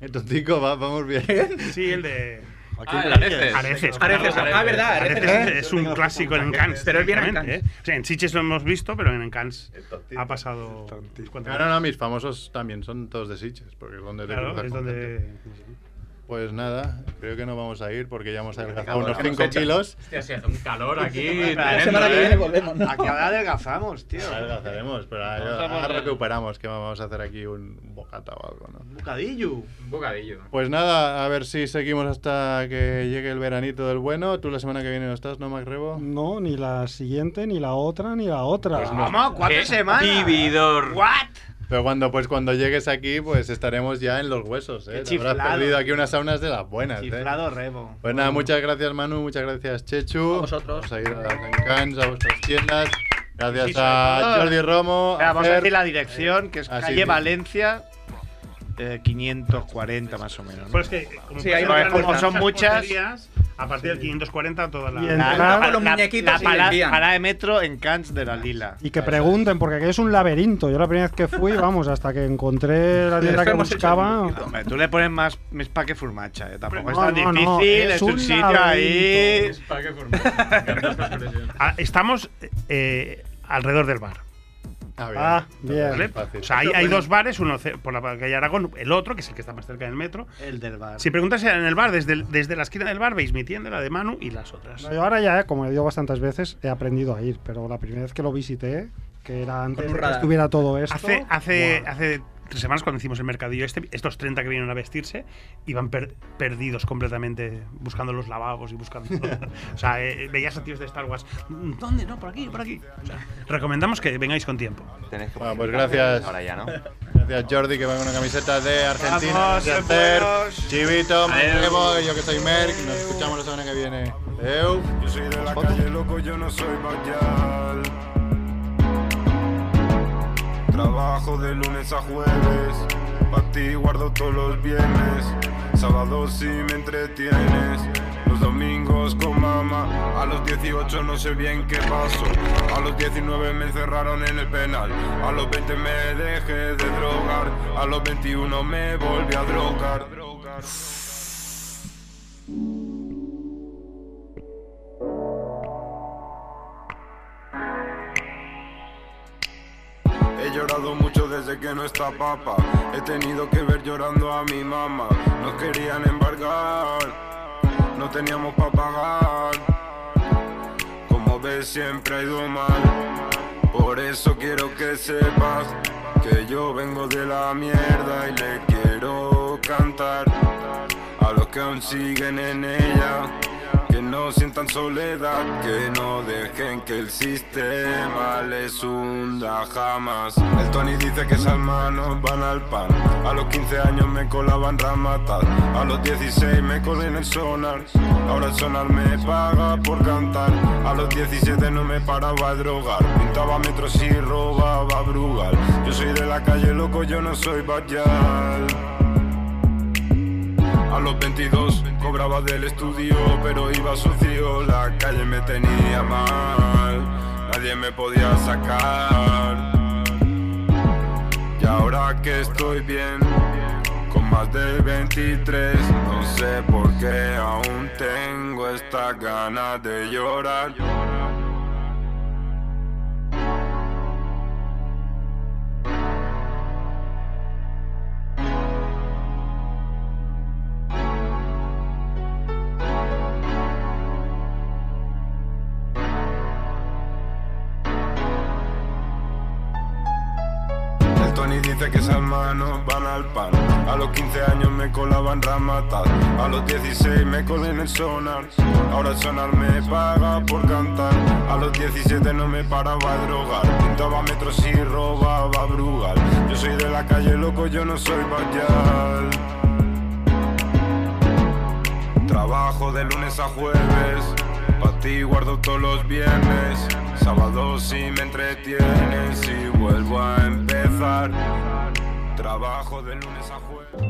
Eh, Tontico, va- vamos bien.
Sí, el de
Ah, el Areces.
Areces.
Areces, ah, verdad, Areces.
Areces es- es un clásico en Cannes.
Pero él viene a
directamente,
Cannes.
¿eh? O sea, en Siches lo hemos visto, pero en Cannes ha pasado. unas cuantas
No, no, no, mis famosos también son todos de Sitges, porque es donde te
Claro,
cruzas
es
con gente.
donde.
Pues nada, creo que no vamos a ir porque ya hemos adelgazado
Acabo,
unos
acabo
5
fecha.
kilos.
Hostia, si hace un calor aquí.
La
tremendo,
semana que
¿eh?
viene volvemos, ¿no?
Aquí ahora adelgazamos, tío.
Adelgazaremos, pero ahora,
Vamos a
ahora
volver.
recuperamos que vamos a hacer aquí un bocata o algo, ¿no?
Bocadillo.
Un bocadillo.
Pues nada, a ver si seguimos hasta que llegue el veranito del bueno. Tú la semana que viene no estás, ¿no, Mac Rebo?
No, ni la siguiente, ni la otra, ni la otra.
Pues
Vamos, cuatro
Qué
semanas.
vividor.
What?
Pero cuando, pues cuando llegues aquí, pues estaremos ya en los huesos,
Qué
¿eh? Te habrás
chiflado.
perdido aquí unas saunas de las buenas, ¿eh?
Chiflado rebo.
Pues nada, muchas gracias Manu, muchas gracias Chechu.
A vosotros.
Vamos a ir a las Encans, a vuestras tiendas. Gracias
Sí,
a
señor.
Jordi Romo.
Espera, vamos a
Fer.
decir la dirección, que es
Así
calle
dice.
Valencia eh, 540 más o menos. ¿no?
Pero pues
Pues
es que, como
Sí,
pasa
ahí
en
va,
Cannes,
como
muchas
son muchas-
porterías, A partir del 540, toda la.
Y
La-
entrar-
la-
Con
los
la-
muñequitos
la
y
pala-
vendían.
parada de metro en Cans de la Lila.
Y que pregunten, porque aquí es un laberinto. Yo la primera vez que fui, vamos, hasta que encontré la tienda que
Hemos hecho un
buscaba.
poquito.
Hombre, tú le pones más mis pa' que furmacha, eh, tampoco
No,
es tan
no, no,
difícil,
es
es, un,
un
sitio ahí.
laberinto.
Pa' que formar. Me encanta esta expresión.
Ah, Estamos eh, alrededor del bar.
Ah, bien.
Ah,
¿Vale?
bien.
Fácil.
O sea, hay, hay dos bares, uno ce- por la calle Aragón, el otro, que es el que está más cerca del metro.
El del bar.
Si preguntas en el bar, desde, el- desde la esquina del bar veis mi tienda, la de Manu y las otras.
No, Yo ahora ya, eh, como he ido bastantes veces, he aprendido a ir, pero la primera vez que lo visité, que era antes
un
de que
radar.
estuviera todo esto.
Hace, hace,
guau.
hace tres semanas, cuando hicimos el mercadillo este, estos 30 que vinieron a vestirse iban per- perdidos completamente, buscando los lavabos y buscando. o sea, eh, veías a tíos de Star Wars. "Mm, ¿Dónde? No, por aquí, por aquí. O sea, recomendamos que vengáis con tiempo.
Tenéis que
Bueno, pues
presentar
gracias.
Ahora ya, ¿no?
Gracias Jordi, que va con una camiseta de Argentina.
Vamos,
gracias Fer,
buenos.
Chivito, Mac Rebo, yo que soy Merck. Nos escuchamos la semana que viene. Adeu.
Yo soy de la calle, loco, yo no soy bayal. Trabajo de lunes a jueves, para ti guardo todos los viernes. Sábados si me entretienes, los domingos con mamá. A los 18 no sé bien qué pasó, a los 19 me encerraron en el penal. A los 20 me dejé de drogar, a los 21 me volví a drogar. drogar. He llorado mucho desde que no está papa. He tenido que ver llorando a mi mamá. Nos querían embargar, no teníamos para pagar. Como ves, siempre ha ido mal. Por eso quiero que sepas que yo vengo de la mierda y le quiero cantar a los que aún siguen en ella. Que no sientan soledad, que no dejen que el sistema les hunda jamás. El Tony dice que esas manos van al pan. A los 15 años me colaban ramatas, a los 16 me colé en el sonar. Ahora el sonar me paga por cantar. A los 17 no me paraba de drogar, pintaba metros y robaba brugal. Yo soy de la calle, loco, yo no soy bayal. A los 22 cobraba del estudio, pero iba sucio, la calle me tenía mal, nadie me podía sacar. Y ahora que estoy bien, con más de 23, no sé por qué aún tengo estas ganas de llorar. El Tony dice que esas manos van al pan. A los 15 años me colaban ramatas. A los 16 me colé en el sonar. Ahora el sonar me paga por cantar. A los 17 no me paraba de drogar. Pintaba metros y robaba brugal. Yo soy de la calle, loco, yo no soy bayal. Trabajo de lunes a jueves, para ti guardo todos los viernes. Sábado si me entretienes y vuelvo a empezar. Trabajo de lunes a jueves.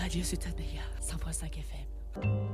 Radio Ciutat Bella, 100.5 FM.